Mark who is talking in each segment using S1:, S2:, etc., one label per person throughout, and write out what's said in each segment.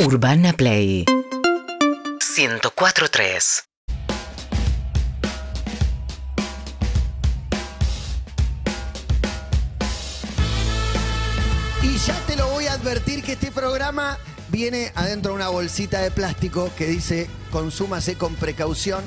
S1: Urbana Play 104.3
S2: Y ya te lo voy a advertir que este programa viene adentro de una bolsita de plástico que dice consúmase con precaución.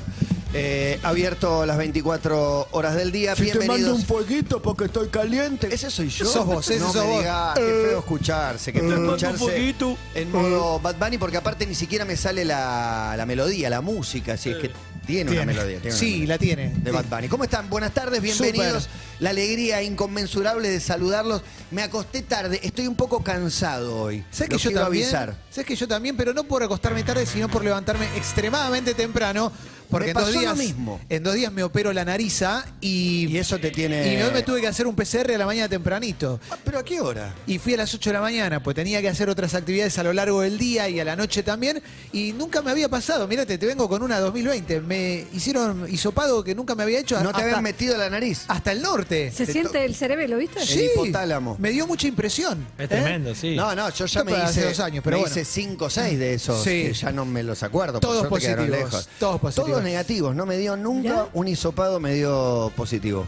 S2: eh, abierto las 24 horas del día.
S3: Si te mando
S2: Bienvenidos.
S3: un fueguito porque estoy caliente.
S2: Ese soy yo.
S4: Sos vos, ese
S2: no
S4: sos
S2: me
S4: vos. Eh,
S2: digas, qué feo escucharse, qué feo escucharse
S3: poquito.
S2: en modo Bad Bunny, porque aparte ni siquiera me sale la, la melodía, la música, si es que tiene, una
S4: Eh. Tiene.
S2: melodía. tiene una
S4: sí,
S2: melodía.
S4: la tiene.
S2: de Bad Bunny. ¿Cómo están? Buenas tardes, bienvenidos. La alegría inconmensurable de saludarlos. Me acosté tarde, estoy un poco cansado hoy.
S4: ¿Sabes
S2: Lo
S4: que yo
S2: quiero
S4: también?
S2: avisar.
S4: ¿Sabes que yo también? Pero no por acostarme tarde, sino por levantarme extremadamente temprano. Porque
S2: Me
S4: en dos
S2: pasó lo
S4: días.
S2: mismo.
S4: En dos días me opero la nariza y.
S2: Y eh, eso te tiene-
S4: Y hoy me tuve que hacer un PCR a la mañana tempranito.
S2: Ah, ¿Pero a qué hora?
S4: Y fui a las 8 de la mañana, pues tenía que hacer otras actividades a lo largo del día y a la noche también. Y nunca me había pasado. Mírate, te vengo con una 2020. Me hicieron hisopado que nunca me había hecho.
S2: No te habían
S4: hasta, Ah,
S2: metido la nariz.
S4: hasta el norte.
S5: Se
S2: Te
S5: siente el cerebelo, ¿viste?
S2: El hipotálamo.
S4: Me dio mucha impresión.
S6: Es
S4: ¿eh?
S6: tremendo, sí.
S2: No, no, yo ya
S4: Esto
S2: me
S4: fue
S2: hice,
S4: hace dos años, pero
S2: me
S4: bueno.
S2: hice cinco o seis de esos,
S4: Sí.
S2: que ya no me los acuerdo. por
S4: Todos
S2: suerte quedaron
S4: positivos,
S2: lejos.
S4: todos positivos.
S2: Todos negativos, no me dio nunca
S5: Mirá.
S2: un hisopado, me dio positivo.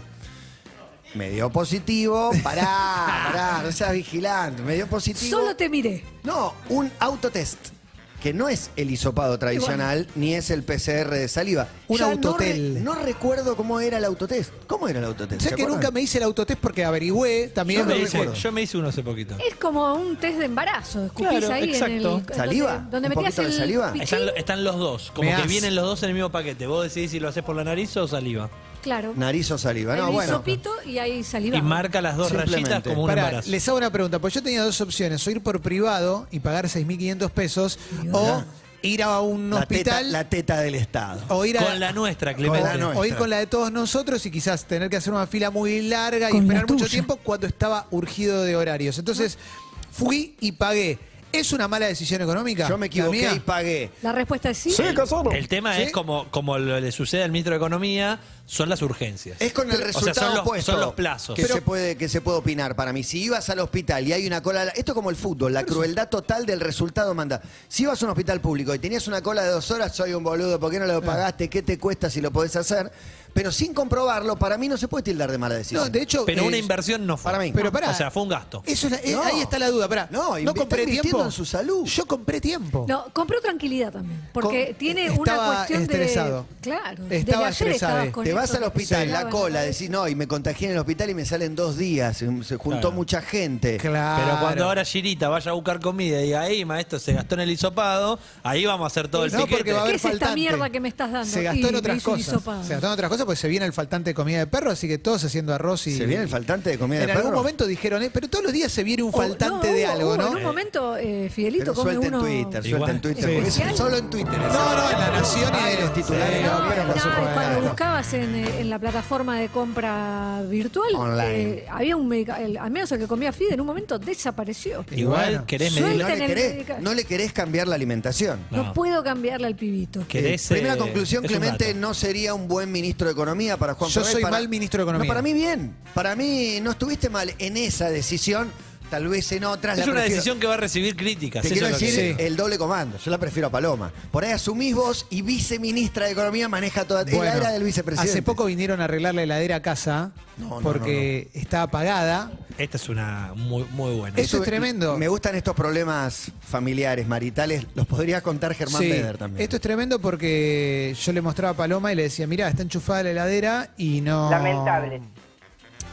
S2: Me dio positivo, pará, pará, no seas vigilante, me dio positivo.
S5: Solo te miré.
S2: No, un autotest, que no es el hisopado tradicional, ni es el PCR de saliva.
S4: Un
S2: Ya no
S4: autotel.
S2: re- No, recuerdo cómo era el autotest. ¿Cómo era el autotest?
S4: Sé
S2: ¿Se
S4: que
S2: acuerdan?
S4: nunca me hice el autotest porque averigüé también.
S6: yo, me
S4: no
S6: hice,
S4: recuerdo.
S6: yo me hice uno hace poquito.
S5: Es como un test de embarazo. Escupís
S6: Claro,
S5: ahí en
S6: exacto.
S5: el. en
S2: ¿Saliva?
S5: Donde, donde
S2: ¿Un
S5: metías
S2: poquito de
S5: el
S2: saliva?
S5: pichín.
S6: Están, están los dos, como
S4: Me
S6: que
S4: hace.
S6: vienen los dos en el mismo paquete. Vos decidís si lo haces por la nariz o saliva.
S5: Claro.
S2: Nariz o saliva.
S5: Hay
S2: No,
S5: un
S2: bueno.
S5: hisopito y hay saliva.
S6: Y marca las dos
S2: Simplemente.
S6: rayitas como un
S4: Pará,
S6: embarazo.
S4: les hago una pregunta, porque yo tenía dos opciones, o ir por privado y pagar 6.500 pesos, o ir a un
S2: La teta,
S4: hospital,
S2: la teta del Estado.
S4: o ir a...
S6: Con la nuestra, Clemente.
S2: Con la nuestra.
S4: o ir con la de todos nosotros y quizás tener que hacer una fila muy larga y
S5: Con la
S4: esperar mucho
S5: tuya.
S4: tiempo cuando estaba urgido de horarios. Entonces, fui y pagué. ¿Es una mala decisión económica?
S2: Yo me
S4: la
S2: equivoqué
S4: mía?
S2: y pagué.
S5: La respuesta es sí.
S6: El tema
S4: ¿Sí?
S6: es como, como lo- le sucede al ministro de Economía, son las urgencias.
S2: Es con el
S6: O sea, son
S2: resultado
S6: los-
S2: opuesto.
S6: son los plazos.
S2: Que,
S6: Pero-
S2: se puede, que se puede opinar para mí. Si ibas al hospital y hay una cola. Esto es como el fútbol, la crueldad total del resultado manda. Si ibas a un hospital público y tenías una cola de dos horas, soy un boludo, ¿por qué no
S6: Eh.
S2: lo pagaste? ¿Qué te cuesta si lo podés hacer? Pero sin comprobarlo, para mí no se puede tildar de mala decisión.
S4: No, de hecho...
S6: Pero
S4: eh,
S6: una inversión no fue.
S2: para mí.
S4: Pero pará.
S6: O sea, fue un gasto.
S4: Eso es la- eh,
S2: No.
S4: ahí está la duda, pará.
S2: No, invi- está
S4: compré
S2: invirtiendo
S4: tiempo
S2: en su salud.
S4: Yo compré tiempo.
S5: No, compró tranquilidad también. Porque
S4: Con-
S5: tiene
S4: estaba
S5: una cuestión
S4: estresado.
S5: de. Claro.
S4: Estaba
S5: desde ayer
S4: estresado.
S5: estabas con
S2: Te vas
S5: esto
S2: al
S5: de que
S2: hospital,
S5: se
S2: la
S5: lava,
S2: cola,
S5: lava.
S2: decís, no, y me contagié en el hospital y me salen dos días, se se juntó
S6: Claro.
S2: mucha gente.
S4: Claro.
S6: Pero cuando ahora Girita vaya a buscar comida y diga, ahí maestro, se gastó en el hisopado, ahí vamos a hacer todo el
S4: No,
S6: piquete.
S4: porque va a
S5: ¿Qué
S4: haber
S5: es esta
S4: faltante.
S5: mierda que me estás dando?
S4: Se
S5: Y
S4: gastó en
S5: me
S4: otras
S5: hizo un
S4: cosas.
S5: hisopado.
S4: Se gastó en otras cosas porque se viene el faltante de comida de perro, así que todos haciendo arroz y.
S2: ¿Se viene el faltante de comida
S4: En
S2: de
S4: algún
S2: perro?
S4: momento dijeron, eh, pero todos los días se viene un
S5: Oh,
S4: faltante
S5: no,
S4: de
S5: hubo-
S4: algo,
S5: hubo
S4: ¿no?
S5: En un momento, eh, Fidelito
S2: Pero
S5: come
S2: suelta en
S5: uno.
S2: Twitter, suelta
S6: Igual.
S2: en Twitter. porque
S5: Sí.
S2: es Solo en Twitter. es
S4: No, no, en la nación y
S2: Ah,
S4: en
S2: los titulares
S5: No,
S2: lo vieron,
S5: nada,
S2: por supuesto.
S5: cuando buscabas en, eh, en la plataforma de compra virtual,
S2: Online.
S5: eh, había un medica- el- al menos el que comía Fide en un momento desapareció.
S4: Y
S6: Igual
S4: bueno.
S6: querés
S2: Y
S6: medir.
S2: no,
S5: Suelten
S2: le
S5: el
S2: querés,
S5: medical.
S2: no le querés cambiar la alimentación.
S5: No,
S6: No.
S5: puedo cambiarle al pibito.
S6: Querés,
S2: Eh, primera
S6: eh,
S2: conclusión,
S6: es un
S2: Clemente
S6: dato.
S2: no sería un buen ministro de Economía para Juan
S4: Yo
S2: Ferrer,
S4: soy
S2: para-
S4: mal ministro de Economía.
S2: No, para mí bien. Para mí no estuviste mal en esa decisión, tal vez en otras.
S6: Es
S2: la
S6: una
S2: prefiero-
S6: decisión que va a recibir críticas.
S2: Te
S6: eso
S2: quiero
S6: es lo que
S2: decir eh,
S6: digo.
S2: el doble comando. Yo la prefiero a Paloma. Por ahí asumís vos y viceministra de Economía maneja toda. es la
S4: Bueno,
S2: era del vicepresidente.
S4: Hace poco vinieron a arreglar la heladera a casa
S2: No, no,
S4: porque estaba apagada.
S6: Esta es una muy, muy buena.
S4: Eso es tremendo.
S2: Me gustan estos problemas familiares, maritales. Los podría contar Germán
S4: Sí,
S2: Beder también.
S4: Esto es tremendo porque yo le mostraba a Paloma y le decía, mirá, está enchufada la heladera y no.
S7: Lamentable.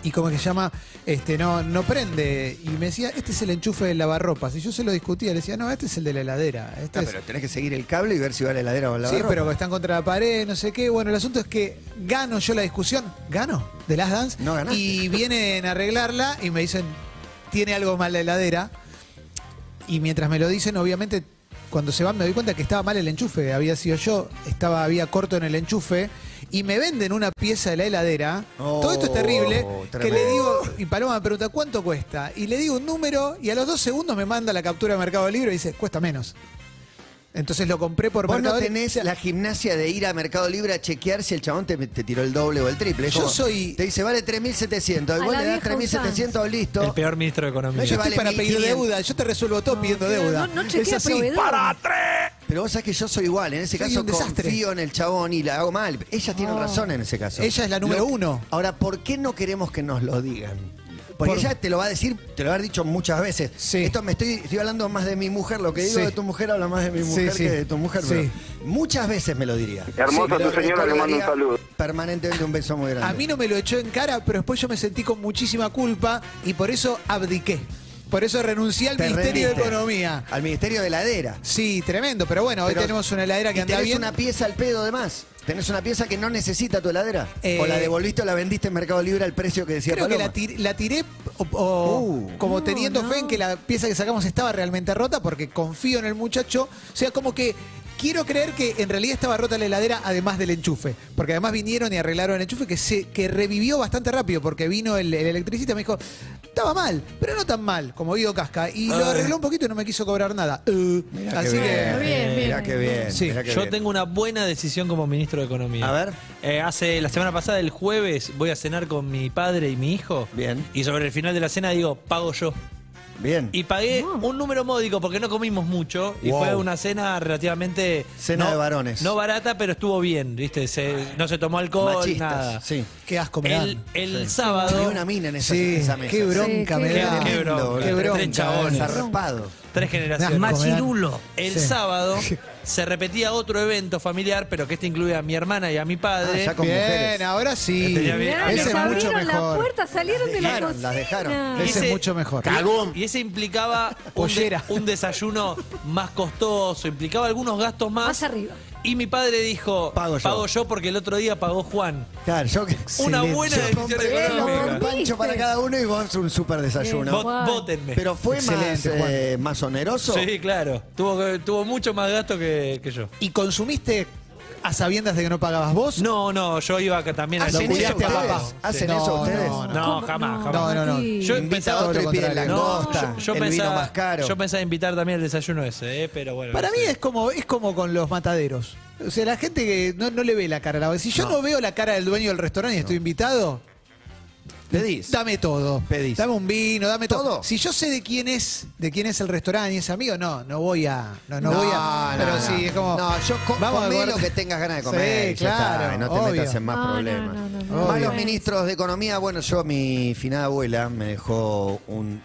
S4: Y como que se llama, este, no, no prende. Y me decía, este es el enchufe del lavarropas. Y yo se lo discutía, le decía, no, este es el de la heladera. Este
S2: Ah,
S4: es-
S2: pero tenés que seguir el cable y ver si va a la heladera o al
S4: sí,
S2: lavarropa.
S4: pero están contra la pared, no sé qué. Bueno, el asunto es que gano yo la discusión, gano de las dance.
S2: No ganaste.
S4: Y vienen a arreglarla y me dicen, tiene algo mal la heladera. Y mientras me lo dicen, obviamente, cuando se van me doy cuenta que estaba mal el enchufe. Había sido yo, estaba, había corto en el enchufe. Y me venden una pieza de la heladera.
S2: Oh,
S4: Todo esto es terrible. Que
S2: tremendo.
S4: le digo, y Paloma me pregunta, ¿cuánto cuesta? Y le digo un número, y a los dos segundos me manda la captura de Mercado Libre y dice, cuesta menos. Entonces lo compré por
S2: Vos no
S4: Mercado Libre.
S2: tenés la gimnasia de ir a Mercado Libre a chequear si el chabón te, te tiró el doble o el triple. Es
S4: Yo
S2: como,
S4: soy-
S2: Te dice, vale 3.700.
S5: A
S2: Igual
S5: la
S2: le das
S5: vieja
S2: 3.700, listo.
S6: El peor ministro de Economía.
S4: No, yo
S2: vale
S4: estoy para pedir
S2: 1500.
S4: deuda, yo te resuelvo todo pidiendo
S5: pero
S4: deuda.
S5: no- no
S4: es
S5: chequea
S4: así.
S5: proveedor.
S6: ¡Para tres!
S2: Pero vos sabés que yo soy igual. En ese
S4: Soy
S2: caso
S4: un desastre. Ah.
S2: confío en el chabón y la hago mal. Ellas tienen razón en ese caso.
S4: Ella es la número
S2: Lo-
S4: uno.
S2: Ahora, ¿por qué no queremos que nos lo digan? Porque
S4: Por-
S2: ella te lo va a decir, te lo va a haber dicho muchas veces.
S4: Sí.
S2: Esto me estoy, estoy hablando más de mi mujer. Lo que digo
S4: Sí.
S2: de tu mujer habla más de mi
S4: Sí,
S2: mujer
S4: sí.
S2: que de tu mujer.
S4: Sí.
S2: pero muchas veces me lo diría.
S1: Hermosa
S2: Sí,
S1: tu
S2: lo
S1: señora, le mando un
S2: recordaría
S1: saludo.
S2: Permanentemente un beso muy grande.
S4: A mí no me lo echó en cara, pero después yo me sentí con muchísima culpa y por eso abdiqué. Por eso renuncié al
S2: Te
S4: Ministerio de
S2: rendiste.
S4: Economía.
S2: Al Ministerio de Heladera.
S4: Sí, tremendo, pero bueno,
S2: Pero-
S4: hoy tenemos una heladera que
S2: y
S4: anda
S2: tenés
S4: bien.
S2: una pieza al pedo de más. Tenés una pieza que no necesita tu heladera.
S4: Eh,
S2: o la devolviste o la vendiste en Mercado Libre al precio que decía
S4: Creo que
S2: Paloma.
S4: la, tir- la tiré o- o
S2: Uh.
S4: como
S5: No,
S4: teniendo
S5: no.
S4: fe en que la pieza que sacamos estaba realmente rota porque confío en el muchacho. O sea, como que quiero creer que en realidad estaba rota la heladera además del enchufe. Porque además vinieron y arreglaron el enchufe que se que revivió bastante rápido porque vino el, el electricista y me dijo, estaba mal, pero no tan mal como Guido Casca. Y lo arregló un poquito y no me quiso cobrar nada. Eh,
S2: Ah. Mirá
S4: así
S2: qué
S4: que...
S5: bien. bien,
S2: Mirá
S5: bien.
S2: qué bien.
S4: Sí,
S2: mirá qué
S6: Yo
S2: bien.
S6: tengo una buena decisión como ministro de Economía.
S2: A ver.
S6: Eh, hace la semana pasada, el jueves, voy a cenar con mi padre y mi hijo.
S2: Bien.
S6: Y sobre el final de la cena digo, pago yo.
S2: Bien.
S6: Y pagué
S2: Ah.
S5: No.
S6: un número módico porque no comimos mucho. Y
S2: Wow.
S6: fue una cena relativamente.
S2: Cena
S6: no-
S2: de varones.
S6: No barata, pero estuvo bien, ¿viste? Se- no se tomó alcohol,
S2: Machistas,
S6: nada.
S2: sí.
S4: Qué asco me
S6: El,
S4: dan.
S6: el
S2: Había
S6: sábado.
S2: una mina en esa,
S4: Sí,
S2: esa mesa.
S4: qué bronca
S5: Sí,
S4: me
S5: qué-
S4: da.
S6: Qué
S2: Tremendo,
S6: bronca,
S2: boludo.
S4: Qué bronca,
S6: tres chabones.
S2: Zarpado.
S6: Tres generaciones.
S4: Me das machirulo.
S6: El
S4: Sí.
S6: sábado se repetía otro evento familiar, pero que este incluía a mi hermana y a mi padre.
S2: Ah, ya con
S4: Bien,
S2: mujeres.
S4: ahora sí.
S6: Tenía bien-
S5: Mirá,
S6: Ese
S5: les
S6: es
S5: abrieron
S4: mucho
S5: la
S4: mejor.
S5: puerta, salieron de la
S2: Dejaron,
S5: cocina.
S2: las dejaron.
S4: Ese
S6: Ese-
S4: es mucho mejor.
S6: Y ese implicaba un, de-
S4: Pollera.
S6: un desayuno más costoso, implicaba algunos gastos más.
S5: Más arriba.
S6: Y mi padre dijo,
S2: Pago yo.
S6: porque el otro día pagó Juan.
S2: Claro, yo que-
S6: Una
S2: Excelente.
S6: buena
S2: Yo
S6: decisión
S2: compré
S5: económica.
S2: Un pancho para cada uno y vos un super desayuno.
S5: Bien.
S6: Vot-
S5: Juan.
S6: Vótenme.
S2: Pero fue más,
S4: Excelente, Juan.
S2: eh, más oneroso.
S6: sí, claro. Tuvo, que- tuvo mucho más gasto que, que yo.
S4: ¿Y consumiste a sabiendas de que no pagabas vos?
S6: No, no, yo iba acá también
S2: ¿Hacen
S6: al-
S2: eso
S6: Cuidaste a Este
S2: ustedes? Ah,
S6: papá.
S2: ¿Hacen
S4: Sí.
S2: eso
S4: No,
S2: ustedes?
S4: no,
S6: No, jamás, jamás.
S4: No, no, no.
S5: Mati.
S6: Yo
S2: Invita
S6: pensaba
S2: a otro
S4: todo
S2: y
S4: lo
S2: piden
S4: contrario.
S2: langosta,
S6: yo, yo
S2: el
S6: pensaba,
S2: vino más caro.
S6: Yo pensaba invitar también el desayuno ese, eh, pero bueno.
S4: Para
S6: no
S4: mí
S6: sé.
S4: es como, es como con los mataderos. O sea, la gente que no, no le ve la cara. a la- Si yo no. veo la cara del dueño del restaurante y estoy invitado,
S2: Pedís.
S4: dame todo.
S2: Pedís.
S4: Dame un vino, dame todo.
S2: ¿Todo?
S4: Si yo sé de quién es, de quién es el restaurante y es amigo, no, no voy a. No, no,
S2: No,
S4: voy a.
S2: no,
S4: pero
S2: no.
S4: sí, es como.
S2: No, yo co-
S4: vamos a
S2: comé
S4: guardar-
S2: lo que tengas ganas de
S4: Sí,
S2: comer. y ya
S4: claro.
S2: está, y no te
S4: obvio.
S2: metas en más
S5: No, no,
S2: problemas.
S5: no, no, no.
S2: Malos
S5: Obvio.
S2: ministros de economía. Bueno, yo, mi finada abuela me dejó un,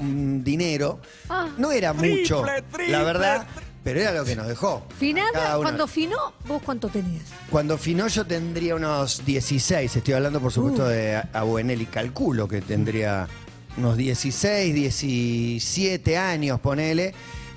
S2: un dinero.
S5: Ah.
S2: no era mucho, la verdad, pero era lo que nos dejó. Cada
S5: Finada,
S2: uno.
S5: cuando finó, ¿vos cuánto tenías?
S2: Cuando finó yo tendría unos 16, estoy hablando por supuesto de a- Abuenelli, calculo que tendría unos 16, 17 años, ponele.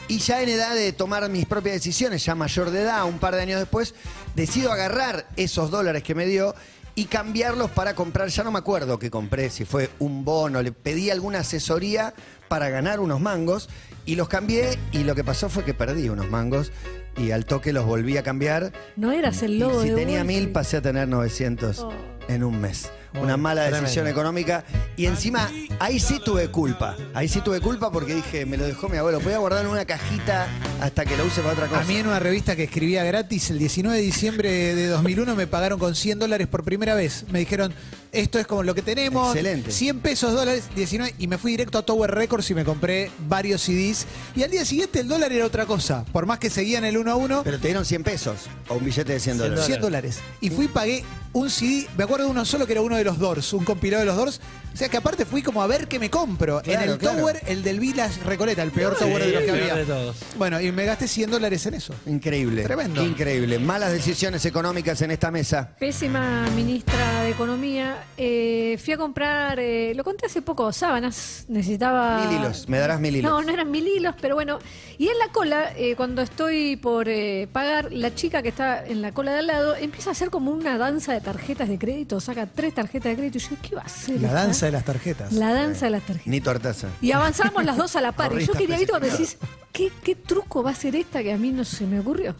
S2: Y ya en edad de tomar mis propias decisiones, ya mayor de edad, un par de años después, decido agarrar esos dólares que me dio y cambiarlos para comprar, ya no me acuerdo qué compré, si fue un bono, le pedí alguna asesoría para ganar unos mangos y los cambié y lo que pasó fue que perdí unos mangos y al toque los volví a cambiar
S5: No eras el
S2: y
S5: lobo
S2: si
S5: de
S2: tenía
S5: Wall
S2: mil,
S5: Street.
S2: pasé a tener 900
S5: Oh.
S2: en un mes.
S4: Oh,
S2: Una mala decisión económica. Y encima, ahí sí tuve culpa. Ahí sí tuve culpa porque dije, me lo dejó mi abuelo. Voy a guardar en una cajita hasta que lo use para otra cosa.
S4: A mí en una revista que escribía gratis, el 19 de diciembre de 2001 me pagaron con 100 dólares por primera vez. Me dijeron, esto es como lo que tenemos.
S2: Excelente.
S4: 100 pesos dólares, 19. Y me fui directo a Tower Records y me compré varios CDs. Y al día siguiente el dólar era otra cosa. Por más que seguían el 1 a 1,
S2: Pero te dieron 100 pesos o un billete de 100 dólares.
S4: 100 dólares. Y fui y pagué un CD, me acuerdo de uno solo que era uno de los Doors, un compilado de los Doors. O sea que aparte fui como a ver qué me compro. en
S2: Claro,
S4: el
S2: claro.
S4: Tower, el del Village Recoleta, el peor
S6: Sí,
S4: Tower de los
S6: el
S4: que
S6: peor
S4: había.
S6: de todos.
S4: Bueno, y me gasté 100 dólares en eso.
S2: Increíble.
S4: Tremendo.
S2: Increíble. Malas decisiones económicas en esta mesa.
S5: Pésima ministra de Economía. Eh, fui a comprar, eh, lo conté hace poco, sábanas. Necesitaba.
S2: Mil hilos, me darás mil hilos.
S5: No, no eran mil hilos, pero bueno. Y en la cola, eh, cuando estoy por eh, pagar, la chica que está en la cola de al lado empieza a hacer como una danza de tarjetas de crédito. Saca tres tarjetas de crédito. Y yo, ¿qué va a hacer?
S4: La
S5: esta?
S4: danza de las tarjetas.
S5: La danza de las tarjetas.
S2: Ni tortaza.
S5: Y avanzábamos las dos a la par. Y yo
S2: Corriste
S5: quería, ¿viste? Cuando decís,
S2: especificado.
S5: ¿qué, ¿qué truco va a ser esta que a mí no se me ocurrió?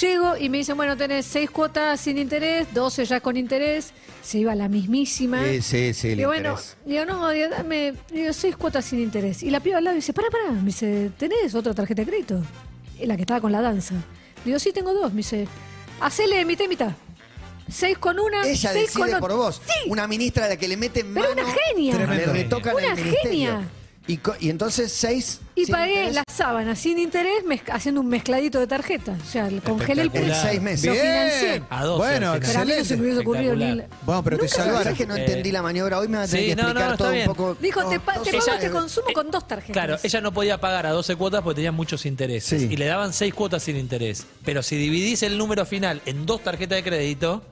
S5: Llego y me dicen, bueno, tenés seis cuotas sin interés, 12 ya con interés. Se iba la mismísima.
S2: Sí, sí, sí, el
S5: y bueno,
S2: interés.
S5: digo, no, digo, dame digo, seis cuotas sin interés. Y la piba al lado dice, pará, pará. Me dice, ¿tenés otra tarjeta de crédito? la que estaba con la danza. Le digo, sí, tengo dos. Me dice, hacele mitad y mitad. Seis con una,
S2: Ella
S5: eh, seis
S2: decide
S5: con otra.
S2: por vos.
S5: Sí,
S2: Una ministra a la que le mete mano.
S5: pero una genia.
S2: Le
S6: Tremendo.
S2: retocan
S5: Una
S2: el ministerio.
S5: genia.
S2: Y, co- y entonces seis.
S5: Y
S2: sin
S5: pagué
S2: interés,
S5: las sábanas sin interés mezc- haciendo un mezcladito de tarjetas. O sea, le congelé el
S2: en
S5: precio.
S2: seis meses.
S5: Lo
S4: Bien.
S5: financié.
S6: A 12
S4: Bueno,
S6: al final.
S5: Pero a mí no se me
S4: excelente.
S5: hubiese ocurrido ni... la-
S6: Espectacular.
S4: Bueno, pero te
S5: Nunca
S2: La verdad
S4: salvaron.
S2: es que no
S1: Eh,
S2: entendí la maniobra. Hoy me va a tener
S6: sí,
S2: que
S6: no, no,
S2: explicar
S6: no, está
S2: todo un
S6: bien.
S2: poco.
S5: Dijo, te, pa-
S2: todo-
S5: te
S2: todo-
S5: pago
S1: ella-
S5: este consumo
S1: eh,
S5: con dos tarjetas.
S1: Claro, ella no podía pagar a 12 cuotas porque tenía muchos intereses.
S2: Sí.
S1: Y le daban 6 cuotas sin interés. Pero si dividís el número final en dos tarjetas de crédito,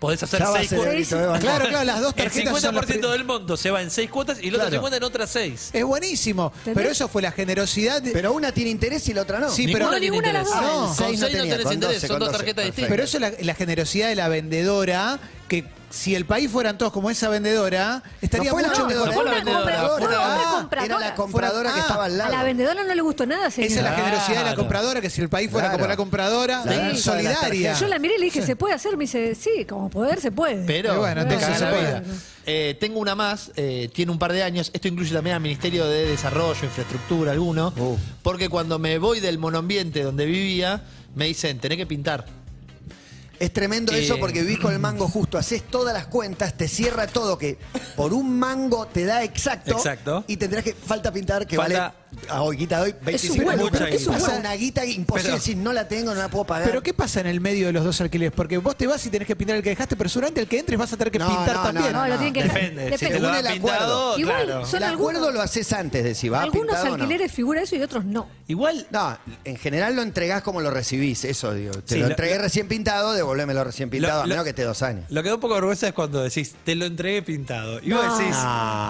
S1: podés hacer
S2: Ya va a
S1: 6
S2: ser
S1: cuotas.
S2: el grito de banco.
S4: Claro, claro, las dos
S1: El
S4: tarjetas son las
S1: 50%
S4: pri-
S1: del monto se va en 6 cuotas y el
S2: Claro.
S1: otro 50% en otras 6.
S4: Es buenísimo.
S5: ¿Entendés?
S4: Pero eso fue la generosidad. de-
S2: Pero una tiene interés y la otra no.
S4: Sí, pero-
S5: No, ninguna de las dos.
S4: No,
S1: con
S2: seis no
S1: seis no,
S2: tenía,
S1: tenés
S2: con
S1: interés,
S2: 12,
S1: son
S2: con
S1: dos
S2: 12,
S1: tarjetas
S2: perfecto.
S1: distintas.
S4: Pero eso es la, la generosidad de la vendedora, que si el país fueran todos como esa vendedora, estaría
S2: fue la
S4: mucho
S2: vendedora,
S4: mejor.
S5: fue
S1: la
S5: una
S1: vendedora,
S5: compra-
S1: fue
S5: fue
S1: la-
S5: una
S2: Ah,
S5: compradora.
S2: era la compradora que
S4: Ah,
S2: estaba al
S5: A
S2: lado.
S5: la vendedora no le gustó nada, señora.
S4: Esa es la
S1: Claro.
S4: generosidad de la compradora, que si el país fuera
S2: Claro.
S4: como la compradora,
S2: La danza de
S4: solidaria.
S2: las
S5: Yo la miré y le dije, ¿se puede hacer? Me dice, sí, como poder se puede.
S4: Y
S7: Pero
S4: bueno,
S7: te
S5: entonces
S7: cagás
S5: se
S7: la
S5: puede.
S7: vida. Eh, tengo una más, eh, tiene un par de años. Esto incluye también al Ministerio de Desarrollo, Infraestructura, alguno.
S2: Uh.
S7: Porque cuando me voy del monoambiente donde vivía, me dicen, tenés que pintar.
S2: Es tremendo eso porque vivís con el mango justo, haces todas las cuentas, te cierra todo, que por un mango te da exacto.
S6: Exacto.
S2: Y tendrás que, falta pintar, que
S6: Falta-
S2: vale, a hoy, guita de hoy, 25
S5: huevo,
S2: lucas.
S6: pero que es un
S2: Pasa
S5: huevo.
S2: una guita imposible,
S6: Pero-
S2: decís, no la tengo, no la puedo pagar.
S4: Pero ¿qué pasa en el medio de los dos alquileres? Porque vos te vas y tenés que pintar el que dejaste, pero seguramente el que entres vas a tener que
S2: No,
S4: pintar
S2: no,
S4: también.
S5: No, lo tienen que
S6: Depende, si te lo
S2: Según
S6: dan
S2: el
S6: pintado,
S2: acuerdo.
S5: Igual,
S6: claro.
S5: son
S2: el acuerdo
S5: algunos-
S2: lo haces antes, decís, va
S5: Algunos
S2: pintado o no?
S5: alquileres figura eso y otros no.
S6: Igual,
S2: No, en general lo entregás como lo recibís, eso digo. Te
S6: Sí,
S2: lo
S6: lo-
S2: entregué recién pintado, devolvémelo recién pintado, a
S6: lo-
S2: menos que esté dos años.
S6: Lo que da un poco de vergüenza es cuando decís, te lo entregué pintado. Y vos decís,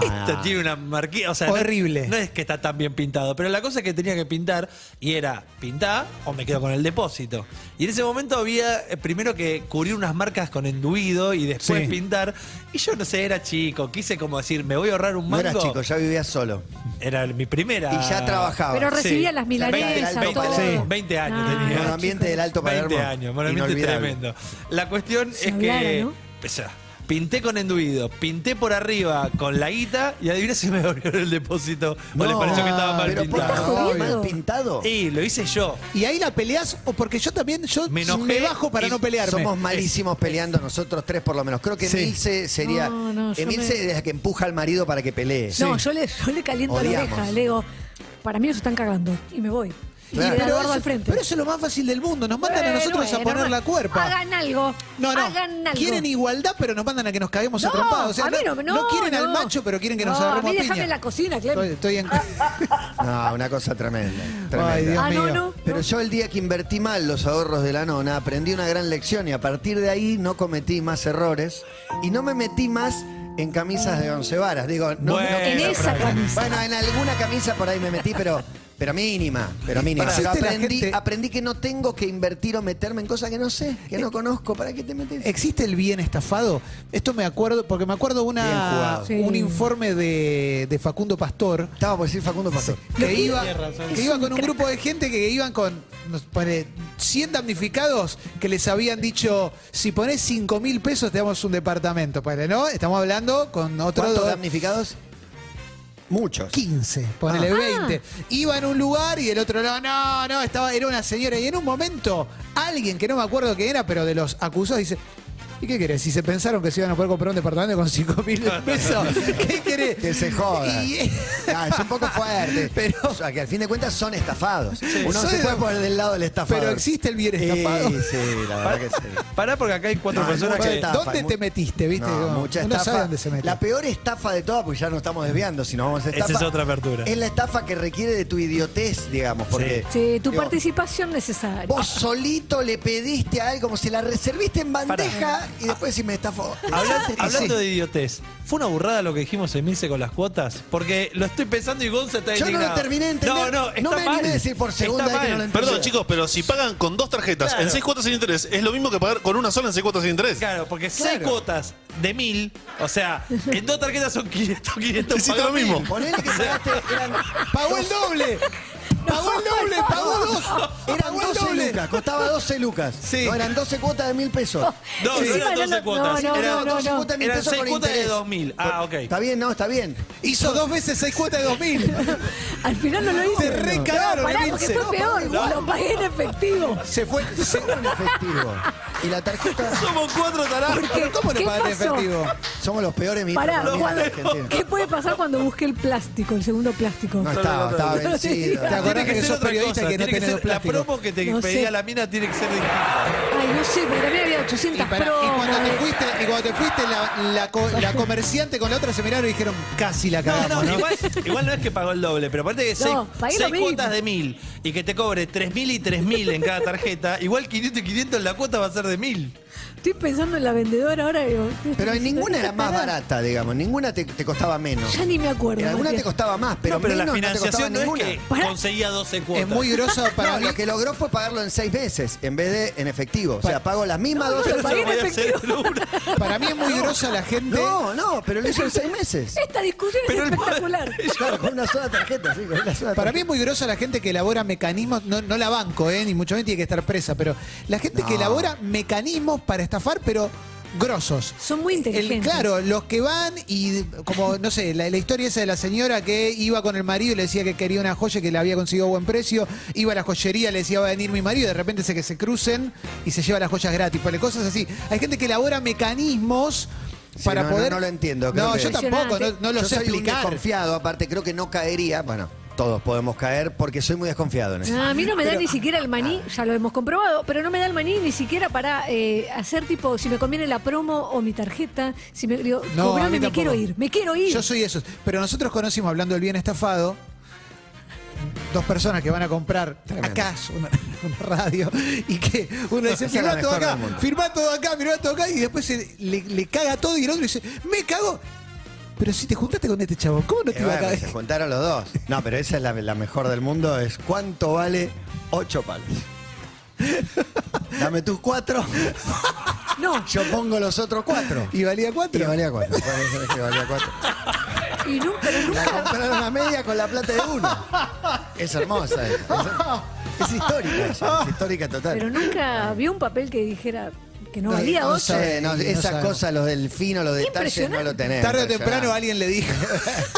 S6: esto tiene una marquilla. O sea, no-
S4: Horrible.
S6: No, es que está tan bien pintado. Pero la cosa es que tenía que pintar y era pintar o me quedo con el depósito. Y en ese momento había eh, primero que cubrir unas marcas con enduido y después
S4: Sí.
S6: pintar. Y yo no sé, era chico. Quise como decir, me voy a ahorrar un
S2: No
S6: mango.
S2: eras chico, ya vivías solo.
S6: Era mi primera.
S2: Y ya trabajabas.
S5: Pero recibía
S6: Sí.
S5: las milanesas,
S6: 20,
S5: todo.
S6: Ah, sí, 20 años
S5: Ah,
S6: tenía.
S5: chicos.
S2: Monoambiente del Alto Palermo.
S6: 20 años, bueno, ambiente
S2: Inolvidable.
S6: tremendo. La cuestión
S5: Se
S6: es
S5: hablara,
S6: que.
S5: ¿no?
S6: o sea, pinté con enduido, pinté por arriba con la guita y adivina si me devolvió el depósito o les pareció que estaba mal
S2: pero ¿por qué
S5: estás
S6: pintado. Eh,
S2: jugabas
S5: jodiendo?
S2: mal pintado?
S6: Y lo hice yo.
S4: Y ahí la peleás, o porque yo también yo
S6: Me
S4: me,
S6: enojé
S4: bajo para
S6: y
S4: no pelearme.
S2: Somos malísimos peleando nosotros tres por lo menos. Creo que
S4: Sí.
S2: Emilce sería...
S5: No, no, yo
S2: Emilce
S5: me-
S2: es la que empuja al marido para que pelee.
S5: No, yo le, yo le caliento
S2: Odiamos.
S5: la oreja, le digo, para mí nos están cagando. Y me voy.
S2: Claro.
S5: Y le
S4: pero,
S5: guardo
S4: eso,
S5: al frente.
S4: pero eso es lo más fácil del mundo. Nos mandan a
S5: Bueno,
S4: nosotros a
S5: bueno,
S4: poner la cuerpa.
S5: Hagan algo.
S4: No, no.
S5: Hagan algo.
S4: Quieren igualdad, pero nos mandan a que nos caguemos a
S5: No,
S4: trompadas. O sea,
S5: a mí no, no,
S4: quieren al
S5: no.
S4: macho, pero quieren que nos
S5: No,
S4: agarremos
S5: a mí
S4: a
S5: déjame
S4: piña.
S5: en la Ah, cocina, Clem.
S4: Estoy, estoy en...
S2: No, una cosa tremenda. tremenda.
S4: Ay, Dios
S5: Ah, no,
S4: mío.
S5: no.
S2: Pero yo el día que invertí mal los ahorros de la nona, aprendí una gran lección y a partir de ahí no cometí más errores y no me metí más en camisas de once varas. Digo, no,
S6: Bueno,
S2: no
S5: En
S2: quiero-
S5: esa camisa.
S2: Bueno, en alguna camisa por ahí me metí, pero, pero mínima, pero mínima.
S4: Pará.
S2: Pero
S4: Existe la
S2: aprendí,
S4: gente-
S2: aprendí que no tengo que invertir o meterme en cosas que no sé, que no conozco. ¿Para qué te metes?
S4: ¿Existe el bien estafado? Esto me acuerdo, porque me acuerdo
S2: Bien
S4: una,
S2: jugado.
S5: Sí.
S4: un informe de, de Facundo Pastor
S2: Estaba por decir Facundo Pastor.
S4: que iba,
S5: Es
S4: que iba
S5: un
S4: con un
S5: crack.
S4: grupo de gente que iban con nos pone, 100 damnificados que les habían dicho, si ponés 5 mil pesos te damos un departamento. Ponele, ¿no? Estamos hablando con otro...
S2: ¿Cuántos
S4: do-
S2: damnificados? Muchos.
S4: 15, ponele
S5: Ah.
S4: 20. Iba en un lugar y el otro lado, no, no, estaba, era una señora. Y en un momento, alguien que no me acuerdo quién era, pero de los acusados, dice. ¿Y qué querés? Si se pensaron que se iban a poder comprar un departamento con 5 mil pesos, ¿qué querés?
S2: Que se joda.
S4: Y- eh,
S2: Ah, es un poco fuerte.
S4: Pero-
S2: o sea, que al fin de cuentas son estafados. Uno
S4: Soy
S2: se
S4: de-
S2: puede poner del lado del estafador.
S4: Pero existe el bien estafado.
S2: Sí, sí, la verdad que sí.
S6: Pará porque acá hay cuatro
S2: No,
S6: personas
S2: mucha
S6: que.
S2: estafa,
S4: ¿Dónde
S2: mu-
S4: te metiste, viste?
S2: No,
S4: Como,
S2: mucha
S4: uno
S2: estafa.
S4: sabe dónde se mete.
S2: La peor estafa de todas, porque ya nos estamos desviando, si nos vamos a
S6: Esa
S2: estafa.
S6: es otra apertura.
S2: Es la estafa que requiere de tu idiotez, digamos, porque.
S5: Sí, tu
S2: digo,
S5: participación necesaria.
S2: Vos solito le pediste a él como si la reserviste en bandeja y después si me estafó.
S6: Habla-
S2: Sí.
S6: hablando de idiotez, ¿fue una burrada lo que dijimos en Milce con las cuotas? Porque lo estoy pensando y Gonza está
S2: Yo no lo
S6: indignado.
S2: terminé de entender.
S6: No, no,
S2: No
S6: está
S2: me animé
S6: mal.
S2: a decir por segunda
S6: Está
S2: vez que no
S6: mal.
S2: lo entendí.
S8: Perdón, chicos, pero si pagan con dos tarjetas
S6: Claro.
S8: en seis cuotas sin interés, es lo mismo que pagar con una sola en seis cuotas sin interés.
S6: Claro, porque seis
S2: Claro.
S6: cuotas de mil, o sea, en dos tarjetas son 500, 500.
S8: Hiciste
S6: pagá
S8: lo mismo.
S6: mil.
S2: Ponele que pagaste. Eran,
S4: ¡Pagó el doble! ¡Pagó el doble! ¡Pagó dos!
S2: eran
S4: ¡Pagó el
S2: 12
S4: doble!
S2: lucas. lucas, costaba 12 lucas.
S6: Sí.
S2: No, eran 12 cuotas de mil pesos.
S6: No,
S5: Sí.
S6: no eran
S5: No,
S6: 12
S5: no,
S6: cuotas.
S5: no, no,
S6: eran
S5: no, no,
S2: 12 cuotas de mil
S6: eran
S2: pesos
S6: 6
S2: con
S6: cuotas de
S2: interés.
S6: 2000. Ah, ok.
S2: Está bien, no, está bien.
S4: Hizo dos veces seis cuotas de 2000.
S5: Al final no lo hice.
S4: Te recagaron,
S5: no, pará, porque
S4: Emilce.
S5: fue peor. Lo pagué en efectivo.
S4: Se fue. se-
S2: En efectivo. Y la tarjeta.
S6: Somos cuatro tarajos.
S5: Porque,
S4: ¿Cómo le
S5: ¿qué
S4: pagaste en
S5: pasó?
S4: efectivo?
S2: Somos los peores ministros
S5: Pará,
S2: de economía de la
S5: cuando-
S2: Argentina.
S5: ¿qué puede pasar cuando busque el plástico, el segundo plástico?
S2: No estaba, estaba
S5: no, no,
S2: vencido.
S5: no,
S4: ¿Te acordás que,
S6: ser
S4: sos
S6: otra
S4: periodista
S6: cosa,
S4: que no
S6: tiene
S4: tenés
S6: ser-
S4: los plásticos?
S6: La promo que te
S5: No sé.
S6: pedía la mina tiene que ser distinta.
S5: Ay, no sé, porque también había 800
S4: Y, pará, y
S5: promos.
S4: cuando te fuiste, y cuando te fuiste la, la co- la comerciante con la otra se miraron y dijeron, casi la
S6: No,
S4: cagamos,
S6: no,
S4: ¿no?
S6: Igual, igual no es que pagó el doble, pero aparte que
S5: No, pagué
S6: seis,
S5: lo
S6: seis
S5: mismo.
S6: cuotas de mil y que te cobre 3.000 y 3.000 en cada tarjeta, igual 500 y 500 la cuota va a ser de 1.000.
S5: Estoy pensando en la vendedora ahora. digo, "Este
S2: Pero en ninguna era más
S5: pará.
S2: barata, digamos. Ninguna te, te costaba menos.
S5: Ya ni me acuerdo.
S2: En alguna
S5: Matías.
S2: te costaba más, pero,
S6: no, pero la
S2: menos no te costaba
S6: financiación no,
S2: ninguna.
S6: es que
S5: Pará.
S6: conseguía 12 cuotas.
S4: Es muy groso para
S2: No,
S4: mí.
S2: lo que logró fue pagarlo en seis meses en vez de en efectivo. O sea, pago las mismas dos.
S5: pero
S6: Eso lo
S5: pagué
S6: voy
S5: en
S6: a hacer en
S5: efectivo.
S6: una.
S4: Para mí es muy grosa la gente.
S2: No, no, pero lo hizo en seis meses.
S5: Esta discusión
S6: Pero
S5: es
S6: el-
S5: espectacular.
S2: Claro, con una sola tarjeta, sí, con una sola
S4: Para mí
S2: tarjeta.
S4: es muy grosa la gente que elabora mecanismos, no, no la banco, ¿eh? ni mucho menos tiene que estar presa, pero la gente que
S2: No.
S4: elabora mecanismos para estafar, pero grosos.
S5: Son muy inteligentes.
S4: El- claro, los que van y como, no sé, la, la historia esa de la señora que iba con el marido y le decía que quería una joya que le había conseguido a buen precio, iba a la joyería, le decía va a venir mi marido, y de repente se que se crucen y se lleva las joyas gratis, pero cosas así. Hay gente que elabora mecanismos
S2: Sí,
S4: para
S2: no, no,
S4: poder...
S2: no lo entiendo, creo
S4: No,
S2: que-
S4: yo tampoco, no, no lo
S2: Yo
S4: sé
S2: soy un
S4: explicar.
S2: desconfiado, aparte creo que no caería. Bueno, todos podemos caer porque soy muy desconfiado en eso.
S5: Ah, a mí no me da ni siquiera el maní, ya lo hemos comprobado, pero no me da el maní ni siquiera para eh, hacer tipo si me conviene la promo o mi tarjeta. Si me digo,
S4: No, a
S5: cobrame,
S4: mí
S5: me
S4: tampoco.
S5: quiero ir, me quiero ir.
S4: Yo soy esos. Pero nosotros conocimos, hablando del bien estafado, dos personas que van a comprar
S2: Tremendo.
S4: acá una, una radio y que uno dice,
S2: Esa es la
S4: firmá todo
S2: mejor
S4: acá,
S2: del mundo".
S4: firmá todo acá, firmá todo acá, y después se- le, le caga todo y el otro dice, me cago. Pero si te juntaste con este chavo, ¿cómo no te
S2: Eh,
S4: iba a
S2: bueno,
S4: cagar?
S2: se juntaron los dos. No, pero esa es la, la mejor del mundo, es cuánto vale ocho palos. Dame tus cuatro,
S5: No,
S2: yo pongo los otros cuatro.
S4: Y valía
S2: Y
S4: cuatro.
S2: valía cuatro. Y valía cuatro.
S5: y nunca, pero
S2: La
S5: nunca.
S2: compraron a media con la plata de uno. Es hermosa. esa. Es, histórica, esa, es histórica total.
S5: Pero nunca vi un papel que dijera que no
S4: No,
S5: valía
S4: no
S5: ocho.
S4: sé.
S2: Eh, no,
S4: No
S2: esas
S4: sabemos.
S2: cosas, los delfinos, los detalles, no
S5: Impresionante.
S2: lo tenés.
S4: Tarde o temprano
S2: Impresionante.
S4: alguien le dijo,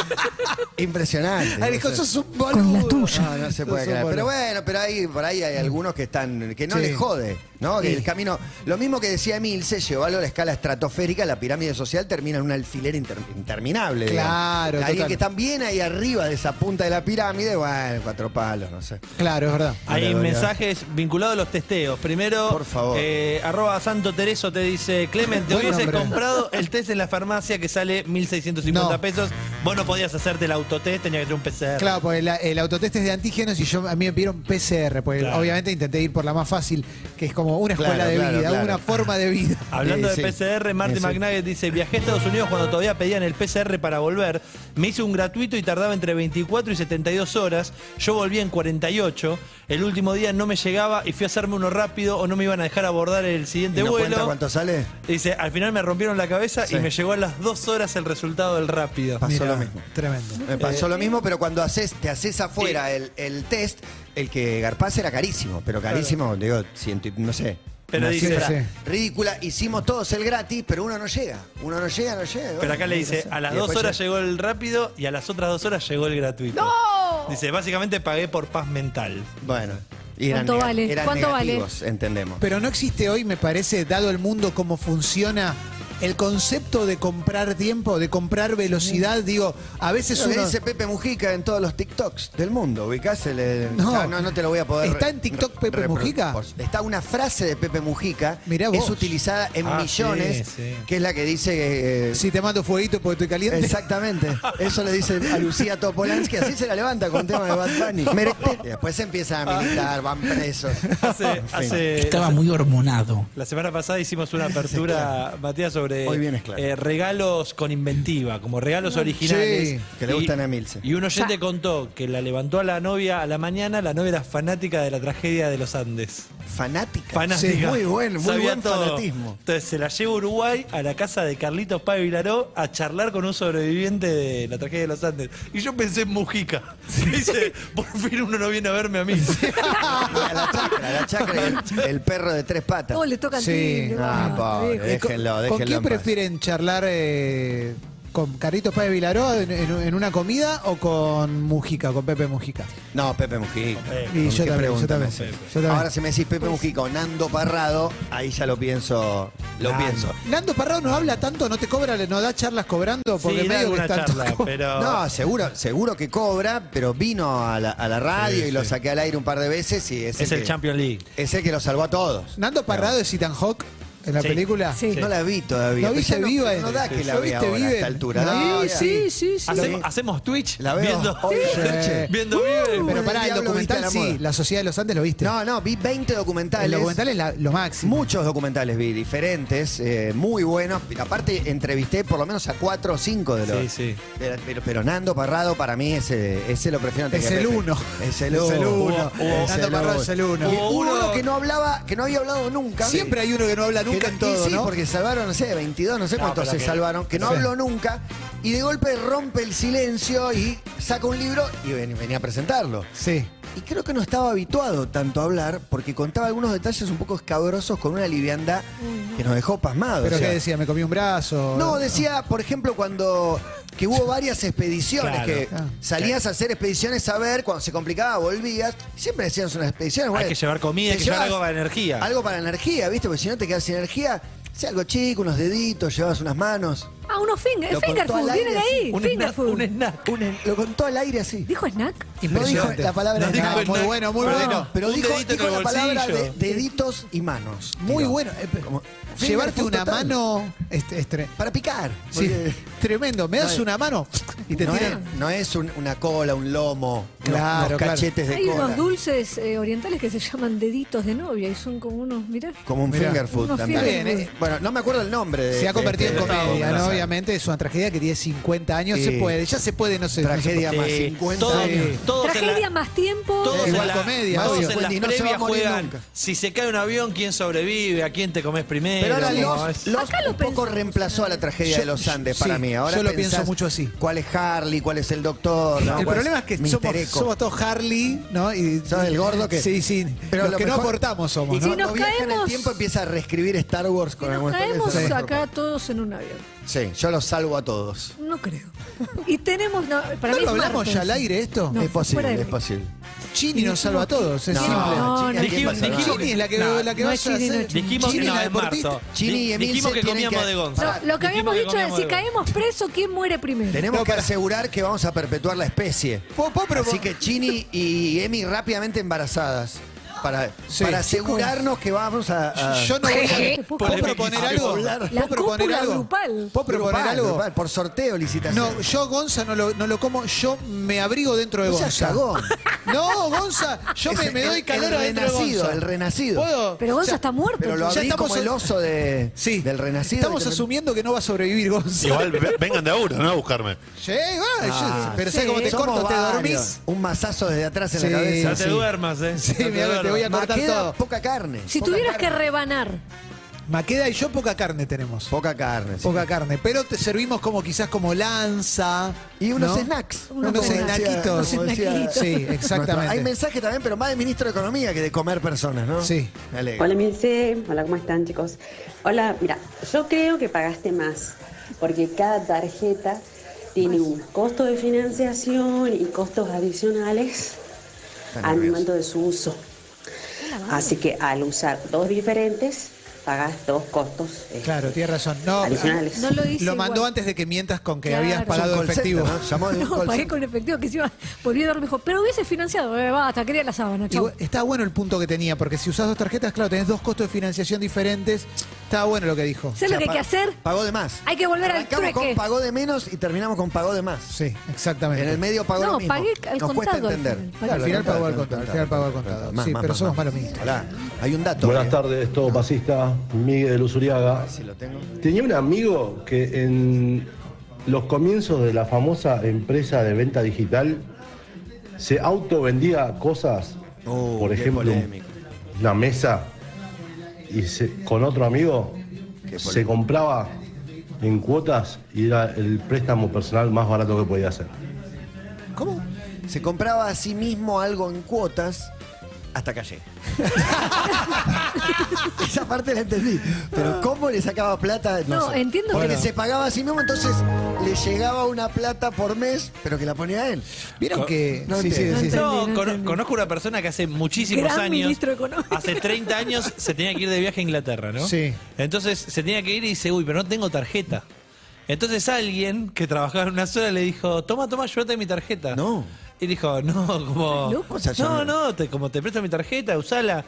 S2: Impresionante.
S4: alguien dijo,
S2: No sé.
S4: sos un boludo.
S2: No, no se puede creer.
S4: Sos un
S2: Pero
S4: boludo.
S2: bueno, pero ahí, por ahí hay algunos que están, que no
S4: Sí.
S2: les jode, ¿no? Que
S4: Sí.
S2: el camino, lo mismo que decía Emilce, llevarlo a la escala estratosférica, la pirámide social termina en un alfiler inter- interminable. digamos.
S4: Claro,
S2: Alguien
S4: total.
S2: que están bien ahí arriba de esa punta de la pirámide, bueno, cuatro palos, no sé.
S4: Claro, es verdad.
S6: Hay
S2: Hola, Doña.
S6: mensajes vinculados a los testeos. Primero,
S2: Por favor.
S6: eh, arroba Santo Tereso te dice, Clemente,
S4: Buen
S6: hubieses
S4: nombre.
S6: comprado el test en la farmacia que sale 1.650
S4: No.
S6: pesos. Vos no podías hacerte el autotest, tenía que ser un PCR.
S4: Claro, porque la- el autotest es de antígenos y yo a mí me pidieron PCR, porque
S6: Claro.
S4: obviamente intenté ir por la más fácil, que es como una escuela
S2: Claro,
S4: de
S2: claro,
S4: vida,
S2: claro.
S4: una forma de vida.
S6: Hablando
S2: Eh, Sí,
S6: de
S2: sí.
S6: PCR, Marty
S2: Sí, sí.
S6: McNugget dice, viajé a Estados Unidos cuando todavía pedían el PCR para volver, me hice un gratuito y tardaba entre 24 y 72 horas, yo volví en 48, el último día no me llegaba y fui a hacerme uno rápido o no me iban a dejar abordar el
S2: ¿Y
S6: siguiente
S2: no cuenta
S6: vuelo.
S2: cuánto sale?
S6: Dice, al final me rompieron la cabeza
S2: Sí.
S6: y me llegó a las dos horas el resultado del rápido.
S2: Pasó
S4: Mirá,
S2: lo mismo.
S4: Tremendo.
S2: Me
S6: Eh,
S2: pasó lo mismo, pero cuando haces, te haces afuera el, el test, el que garpás era carísimo, pero carísimo, digo, ciento y- no sé.
S6: Pero
S2: una
S6: dice-
S2: cifra
S4: Sí, sí.
S2: ridícula, hicimos todos el gratis, pero uno no llega. Uno no llega, no llega.
S6: Pero
S2: bueno,
S6: acá le
S2: no
S6: dice,
S2: sé.
S6: a las
S2: Y
S6: dos
S2: después
S6: horas
S2: ya-
S6: llegó el rápido y a las otras dos horas llegó el gratuito.
S5: ¡No!
S6: Dice, básicamente pagué por paz mental.
S2: Bueno, y eran,
S5: ¿Cuánto
S2: nega-
S5: vale?
S2: eran
S5: ¿Cuánto vale?
S2: negativos, entendemos.
S4: Pero no existe hoy, me parece, dado el mundo cómo funciona el concepto de comprar tiempo, de comprar velocidad. Digo, a veces
S2: Eso
S4: uno...
S2: le dice Pepe Mujica en todos los TikToks del mundo. Ubicás el. el-
S4: No.
S2: ya no, no te lo voy a poder.
S4: ¿Está
S2: re-
S4: en TikTok
S2: re-
S4: Pepe
S2: repro-
S4: Mujica?
S2: por- Está una frase de Pepe Mujica.
S4: Mirá
S2: Es
S4: vos.
S2: utilizada en
S6: Ah,
S2: millones,
S6: sí, sí.
S2: que es la que dice. eh,
S4: Si te mando fueguito porque estoy caliente.
S2: Exactamente. Eso le dice a Lucía Topolansky. Así se la levanta con tema de Bad Bunny. Merete. Y después empiezan a militar, van presos.
S6: Hace-
S2: En fin.
S6: hace-
S9: Estaba muy hormonado.
S6: La semana pasada hicimos una apertura, Matías, sobre
S2: Hoy vienes claro.
S6: eh, regalos con inventiva, como regalos originales.
S4: Sí,
S2: que le gustan a Milce.
S6: Y un oyente contó que la levantó a la novia a la mañana, la novia era fanática de la tragedia de los Andes.
S2: Fanática.
S6: Fanática.
S2: muy buen, muy
S6: Sabía
S2: buen
S6: todo.
S2: fanatismo.
S6: Entonces se la lleva a Uruguay a la casa de Carlitos Páez Vilaró a charlar con un sobreviviente de la tragedia de los Andes. Y yo pensé en Mujica. Dice, por fin uno no viene a verme a mí.
S2: La chacra, la la chacra y el, el perro de tres patas.
S5: Todos le tocan
S4: Sí.
S5: timbre,
S2: Ah,
S5: va.
S2: pobre,
S5: Sí.
S2: déjenlo, déjenlo.
S4: ¿Con quién
S2: en paz.
S4: prefieren charlar? eh, ¿Con Carlitos Páez Vilaró en, en- en una comida o con Mujica, con Pepe Mujica?
S2: No, Pepe Mujica. ¿Con
S4: Y
S2: qué
S4: yo también, yo
S2: pregunta,
S4: también,
S2: Pepe?
S4: yo también.
S2: Ahora si me decís Pepe Mujica o Nando Parrado, ahí ya lo pienso, lo
S4: Nando.
S2: pienso.
S4: Nando Parrado no habla tanto, no te cobra, no da charlas cobrando porque
S6: Sí, da
S4: medio que
S6: alguna
S4: está
S6: charla, pero...
S2: No, seguro, seguro que cobra, pero vino a la, a la radio
S6: Sí,
S2: y lo
S6: sí.
S2: saqué al aire un par de veces y es,
S6: es el
S2: que,
S6: Champions League.
S2: Es el que lo salvó a todos.
S4: Nando Parrado es Ethan Hawk en la
S6: Sí.
S4: película.
S5: Sí.
S2: No la vi todavía.
S4: ¿No
S2: pero
S4: viste
S2: ya
S4: viva?
S2: No da que la
S4: ¿No
S2: vea
S4: viste
S2: ahora a
S4: viva?
S2: esta altura.
S4: No,
S2: No,
S4: sí,
S2: ya.
S5: Sí, sí,
S2: Ah,
S5: sí.
S6: Hacemos, hacemos Twitch
S2: La veo.
S6: viendo,
S2: hoy
S4: Sí.
S2: de noche.
S6: viendo Vive.
S4: Pero
S2: el
S4: pará,
S2: diablo
S4: el
S2: viste
S4: documental
S2: la
S4: sí,
S2: moda.
S4: la Sociedad de los Andes lo viste.
S2: No, no, vi 20 documentales.
S4: el documental es la- lo máximo.
S2: Muchos documentales vi, diferentes, eh, muy buenos. Aparte, entrevisté por lo menos a cuatro o cinco de los.
S6: Sí, sí.
S2: de- pero, pero Nando Parrado para mí ese, ese lo prefiero antes
S4: Es
S2: que
S4: el
S2: Pepe.
S4: uno.
S2: Es el
S4: Es
S2: uno.
S4: el uno.
S2: Es
S4: Nando Parrado es el uno.
S2: Y
S6: Hubo
S2: hubo
S6: uno-
S2: uno que no hablaba, que no había hablado nunca.
S4: Siempre hay uno que no habla
S2: Que no-
S4: nunca en todo,
S2: y sí,
S4: ¿no?
S2: porque salvaron, no sé, 22, no sé
S6: No,
S2: cuántos
S6: pero
S2: se
S6: que-
S2: salvaron, que no
S4: Sí.
S2: habló nunca, y de golpe rompe el silencio y saca un libro y ven- venía a presentarlo.
S4: Sí.
S2: Y creo que no estaba habituado tanto a hablar porque contaba algunos detalles un poco escabrosos con una liviandad que nos dejó pasmados.
S4: Pero
S2: o sea.
S4: qué decía, me comí un brazo.
S2: No, decía, por ejemplo, cuando que hubo varias expediciones,
S6: Claro.
S2: que
S4: Ah.
S2: salías a hacer expediciones a ver, cuando se complicaba volvías, siempre decías unas expediciones. bueno,
S6: Hay que llevar comida,
S2: te
S6: hay que llevar
S2: llevas
S6: algo para energía.
S2: Algo para energía, ¿viste? Porque si no te quedas sin energía, sea algo chico, unos deditos, llevas unas manos.
S5: Ah, unos finger,
S2: Lo contó
S5: finger food,
S2: al
S5: vienen
S2: aire así.
S5: ahí.
S6: un,
S5: Finger
S6: snack,
S5: food.
S6: un snack.
S2: Un en- lo contó al aire así.
S5: ¿Dijo snack?
S2: No dijo
S4: Impresionante.
S2: la palabra
S6: No dijo
S2: nada,
S6: el
S2: muy
S6: na-
S2: bueno, muy
S6: no,
S2: bueno.
S6: no,
S2: pero
S6: un
S2: dijo,
S6: dedito en
S2: dijo
S6: el
S2: la palabra de,
S6: bolsillo.
S2: deditos y manos.
S4: Muy
S2: Digo,
S4: bueno. eh, pe-
S2: como-
S4: Llevarte
S2: Finger
S4: una
S2: food total.
S4: mano. es- es tre-
S2: Para picar.
S4: sí,
S2: porque-
S4: tremendo. Me
S2: No
S4: das
S2: es-
S4: una mano y te
S2: no
S4: tiran.
S2: Es, no es un- una cola, un lomo, unos-
S4: Claro,
S2: unos
S4: claro.
S2: cachetes de
S5: Hay
S2: cola.
S5: unos dulces eh, orientales que se llaman deditos de novia y son como unos, mirá.
S2: Como un
S4: Mirá.
S2: finger food
S5: Unos
S2: también.
S5: finger
S2: Bien, eh. Bueno, no me acuerdo el nombre. de-
S4: Se ha
S2: de
S4: convertido en
S2: este- de esta
S4: comedia, ¿no?
S2: obra.
S4: Obviamente es una tragedia que tiene 50 años,
S2: Sí.
S4: se puede, ya se puede, no sé. no se
S2: Tragedia
S4: puede.
S2: más
S6: Sí,
S2: 50
S6: todos-
S2: años.
S6: todos en la-
S5: Tragedia más tiempo.
S6: Todos
S4: Igual
S6: en la,
S4: comedia,
S6: todos
S4: obvio.
S6: en las
S2: Y no se va a
S6: previas
S2: morir
S6: juegan.
S2: nunca.
S6: Si se cae un avión, ¿quién sobrevive? ¿A quién te comes primero?
S2: Pero ahora
S6: No,
S2: los,
S6: es-
S2: los
S5: Acá lo
S2: un poco
S5: pensamos,
S2: reemplazó a la tragedia
S4: Yo-
S2: de los Andes
S4: sí,
S2: para mí. Ahora
S4: yo lo
S2: pensás
S4: pienso mucho así.
S2: ¿Cuál es Harley? ¿Cuál es el doctor? ¿no? pues,
S4: El
S2: ¿Cuál
S4: problema es que
S2: Mr.
S4: somos,
S2: Eco?
S4: somos todos Harley, ¿no? Y,
S2: ¿Sos el gordo que-
S4: Sí, sí.
S2: Pero
S4: los
S2: lo
S4: que no
S2: mejor-
S4: aportamos somos,
S2: Y
S4: ¿no?
S5: Si
S2: cuando
S5: nos
S2: viaja en el
S5: caemos-
S2: tiempo empieza a reescribir Star Wars con
S5: Nos
S2: alguna
S5: caemos
S2: eso es lo
S5: acá
S2: mejor.
S5: todos en un avión.
S2: Sí, yo los salvo a todos.
S5: No creo. Y tenemos. no, para
S4: ¿No
S5: mí
S4: lo
S5: es
S4: hablamos
S5: martes.
S4: ya al aire esto?
S5: No,
S2: es
S5: fuera
S2: posible,
S5: de-
S2: es posible.
S4: Chini nos salva a todos, es
S2: No,
S4: simple.
S5: no,
S2: Chini, ¿a quién
S6: dijimos-
S2: vas a salvar?
S6: dijimos-
S4: Chini es la que,
S6: No,
S4: la que
S5: no
S4: vas
S5: es Chini,
S4: a
S5: no
S4: hacer.
S5: es Chini.
S6: Dijimos
S4: Chini
S6: que no,
S4: la
S6: es marzo.
S4: deportista.
S2: Chini y
S6: Di-
S2: Emilce
S6: Dijimos que
S2: tienen
S6: comíamos
S2: que-
S6: de
S5: No,
S6: Gonza.
S5: lo que habíamos
S6: Dijimos
S5: dicho es:
S6: comíamos
S5: si
S6: de Gonza.
S5: caemos preso, ¿quién muere primero?
S2: Tenemos que asegurar que vamos a perpetuar la especie.
S4: ¿Puedo- puedo propon-
S2: Así que Chini y Emi rápidamente embarazadas. Para,
S4: Sí.
S2: para asegurarnos que vamos a. a-
S4: Yo no voy
S5: Jeje.
S4: a... ¿Puedo proponer
S2: Por el-
S4: algo?
S2: La
S4: ¿Puedo proponer
S5: cúpula
S4: algo?
S5: grupal.
S4: ¿Puedo proponer
S2: Grupal,
S4: algo?
S2: grupal, por sorteo, licitación.
S4: No, yo Gonza no lo, no lo como, yo me abrigo dentro de
S2: No seas
S4: Gonza.
S2: cagón.
S4: No, Gonza, yo me,
S2: Es
S4: me doy
S2: el-
S4: calor
S2: el
S4: adentro de
S2: renacido,
S4: Gonza.
S2: el renacido.
S4: ¿Puedo?
S5: Pero Gonza
S4: Ya-
S5: está muerto.
S2: Pero lo
S4: Ya
S2: abrí
S4: estamos
S2: como el
S4: en-
S2: oso de,
S4: Sí,
S2: del renacido.
S4: Estamos
S2: que te-
S4: asumiendo que no va a sobrevivir Gonza.
S8: Igual ve- vengan de a uno, no a buscarme.
S4: Sí, bueno,
S2: Ah,
S4: yo- pero ¿sabes cómo te
S2: Somos
S4: corto? ¿Te
S2: varios.
S4: dormís?
S2: Un mazazo desde atrás en
S4: Sí,
S2: la
S6: No
S2: cabeza.
S6: te
S4: sí.
S6: duermas, ¿eh?
S4: Sí,
S6: No te
S4: mira, te voy a
S6: duermas.
S4: cortar
S2: Maqueda,
S4: todo.
S2: poca carne.
S5: Si
S2: poca
S5: tuvieras que
S2: carne.
S5: rebanar,
S4: Maqueda y yo poca carne tenemos.
S2: Poca carne. sí.
S4: Poca carne, pero te servimos como quizás como lanza.
S2: Y unos
S4: ¿no?
S2: snacks.
S4: Unos
S2: Como decía-
S4: snackitos.
S2: como decía-
S4: Sí,
S2: Nuestro- Hay
S4: exactamente.
S2: mensaje también, pero más de ministro de Economía que de comer personas, ¿no?
S4: Sí.
S2: Me alegro.
S9: Hola, Milce. Hola, ¿cómo están, chicos? Hola, mira, yo creo que pagaste más, porque cada tarjeta tiene un costo de financiación y costos adicionales
S2: Está
S9: al
S2: nervioso.
S9: momento de su uso. Así que al usar dos diferentes, pagas dos costos eh,
S4: Claro, tienes razón. No,
S9: adicionales.
S5: no lo dice.
S4: lo mandó
S5: igual.
S4: antes de que mientas con que
S5: Claro.
S4: habías
S5: Es un
S4: pagado
S2: Call center,
S4: efectivo.
S2: ¿no? Llamó de un
S5: No,
S2: call
S5: pagué
S2: center.
S5: con efectivo, que encima volví a dormir. dijo, Pero hubiese financiado, eh, basta, quería la sábana, chau.
S4: Igual- está bueno el punto que tenía, porque si usás dos tarjetas, claro, tenés dos costos de financiación diferentes. Está bueno lo que dijo.
S5: ¿Sabes lo que hay
S2: pa-
S5: que hacer?
S2: Pagó de más.
S5: Hay que volver al
S2: Arrancamos
S5: trueque.
S2: con pagó de menos y terminamos con pagó de más.
S4: Sí, exactamente.
S2: En el medio pagó
S5: No,
S2: lo mismo.
S5: pagué al
S2: Nos cuesta
S5: contado al
S2: entender.
S5: final.
S4: Al final pagó al contado, al final pagó al contado.
S2: Más,
S4: Sí,
S2: más,
S4: pero
S2: más,
S4: somos
S2: más.
S4: malos ministros.
S2: Hola. Hay un dato.
S10: Buenas
S2: que-
S10: tardes, todo pasista. Miguel de Luz Uriaga.
S2: Si lo tengo.
S10: Tenía un amigo que en los comienzos de la famosa empresa de venta digital se autovendía cosas,
S2: Uh,
S10: por
S2: qué
S10: ejemplo,
S2: polémico.
S10: una mesa, y se- con otro amigo
S2: Qué
S10: se
S2: polémico.
S10: compraba en cuotas y era el préstamo personal más barato que podía hacer.
S4: ¿Cómo?
S2: Se compraba a sí mismo algo en cuotas hasta callé. Esa parte la entendí. Pero cómo le sacaba plata, no,
S5: No,
S2: sé.
S5: entiendo
S2: Porque
S5: que-
S2: se pagaba a sí mismo, entonces le llegaba una plata por mes, pero que la ponía a él.
S4: ¿Vieron que.?
S2: No
S4: sí, sí,
S2: entiendo.
S4: sí, sí.
S5: No
S6: No,
S5: entendí, no
S6: cono-
S5: entendí.
S6: conozco una persona que hace muchísimos
S5: Gran
S6: años.
S5: ministro económico.
S6: Hace 30 años se tenía que ir de viaje a Inglaterra, ¿no?
S4: Sí.
S6: Entonces se tenía que ir y dice, uy, pero no tengo tarjeta. Entonces alguien que trabajaba en una sola le dijo, toma, toma, llévate mi tarjeta.
S2: No.
S6: Y dijo, no, como.
S5: loco?
S2: O sea, yo no-
S6: no, no, te- como te presto mi tarjeta, usala.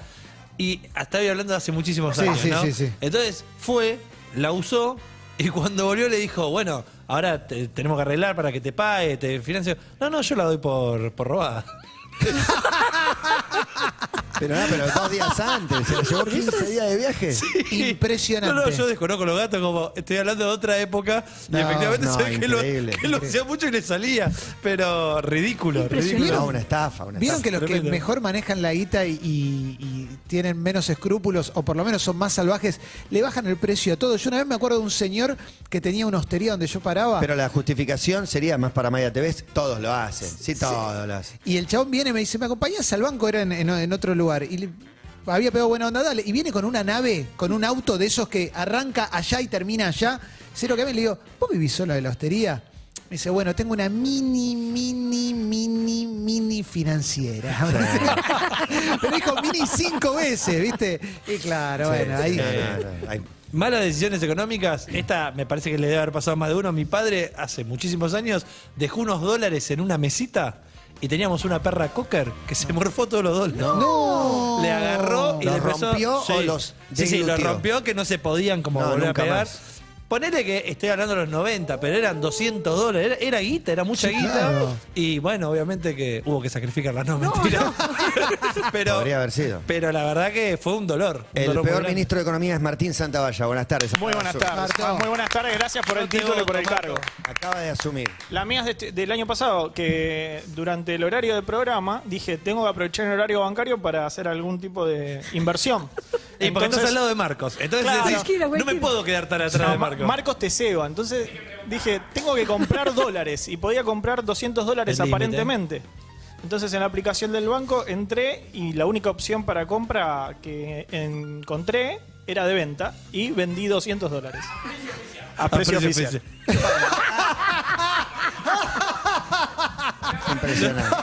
S6: Y hasta hoy hablando de hace muchísimos
S4: Sí,
S6: años.
S4: sí,
S6: ¿no?
S4: sí, sí.
S6: Entonces fue, la usó y cuando volvió le dijo, bueno, ahora te- tenemos que arreglar para que te pague, te financio. No, no, yo la doy por, por robada.
S2: Pero no, pero dos días antes, se la llevó 15 días de viaje.
S4: Impresionante.
S6: No, no, yo desconozco los gatos, como estoy hablando de otra época y
S2: No,
S6: efectivamente
S2: no,
S6: sé que lo,
S2: increíble,
S6: que lo hacía mucho y le salía. Pero ridículo, ridículo.
S2: No, Ah, una estafa, una
S4: ¿Vieron que
S2: estafa.
S4: los que
S6: Tremendo.
S4: mejor manejan la guita y, y- y tienen menos escrúpulos, o por lo menos son más salvajes, le bajan el precio a todo? Yo una vez me acuerdo de un señor que tenía una hostería donde yo paraba.
S2: Pero la justificación sería más para Maya TV, todos lo hacen. Sí, todos lo hacen.
S4: Y el chabón viene y me dice, ¿me acompañas al banco? Era en, en- en otro lugar. Y le- había pegado buena onda, dale. Y viene con una nave, con un auto de esos que arranca allá y termina allá. Cero que me le digo, ¿vos vivís sola de la hostería? Me dice, bueno, tengo una mini, mini, mini, mini financiera. Pero dijo mini cinco veces, ¿viste? Y claro, bueno,
S2: Sí,
S4: ahí... eh,
S2: no, no, no, ahí-
S6: Malas decisiones económicas, esta me parece que le debe haber pasado a más de uno. Mi padre hace muchísimos años dejó unos dólares en una mesita y teníamos una perra cocker que se morfó todos los dólares.
S4: No.
S6: Le agarró y
S2: ¿Los
S6: le empezó-
S2: rompió o los
S6: Sí, sí, los
S2: deglutió?
S6: rompió que no se podían como
S2: No,
S6: volver a
S2: nunca
S6: pegar.
S2: más.
S6: Ponele que estoy hablando de los 90, pero eran 200 dólares. Era, era guita, era mucha
S4: Sí,
S6: guita.
S4: claro.
S6: Y bueno, obviamente que hubo que sacrificarla, no, mentira. pero,
S2: Podría haber sido.
S6: Pero la verdad que fue un dolor. un
S2: El
S6: dolor muy
S2: peor
S6: grande.
S2: ministro de Economía es Martín Santavalla. Buenas tardes.
S11: Muy buenas tardes. Ah,
S4: Marto.
S11: Muy buenas tardes, gracias por el
S6: No te
S11: título y por el
S6: voto,
S11: cargo.
S2: Acaba de asumir.
S11: La mía es de este- del año pasado, que durante el horario del programa dije, tengo que aprovechar el horario bancario para hacer algún tipo de inversión.
S6: Y porque estás al lado de Marcos. Entonces
S11: Claro.
S6: decís,
S5: Cualquiera,
S6: no me
S5: cualquiera.
S6: puedo quedar tan atrás
S11: No,
S6: de
S11: Ma-
S6: Marcos.
S11: Marcos te ceba. Entonces dije, tengo que comprar dólares. Y podía comprar 200 dólares
S6: El límite.
S11: aparentemente. Entonces en la aplicación del banco entré y la única opción para compra que encontré era de venta y vendí 200 dólares. A precio,
S6: Ah, precio
S11: oficial.
S6: oficial.
S2: Impresionante.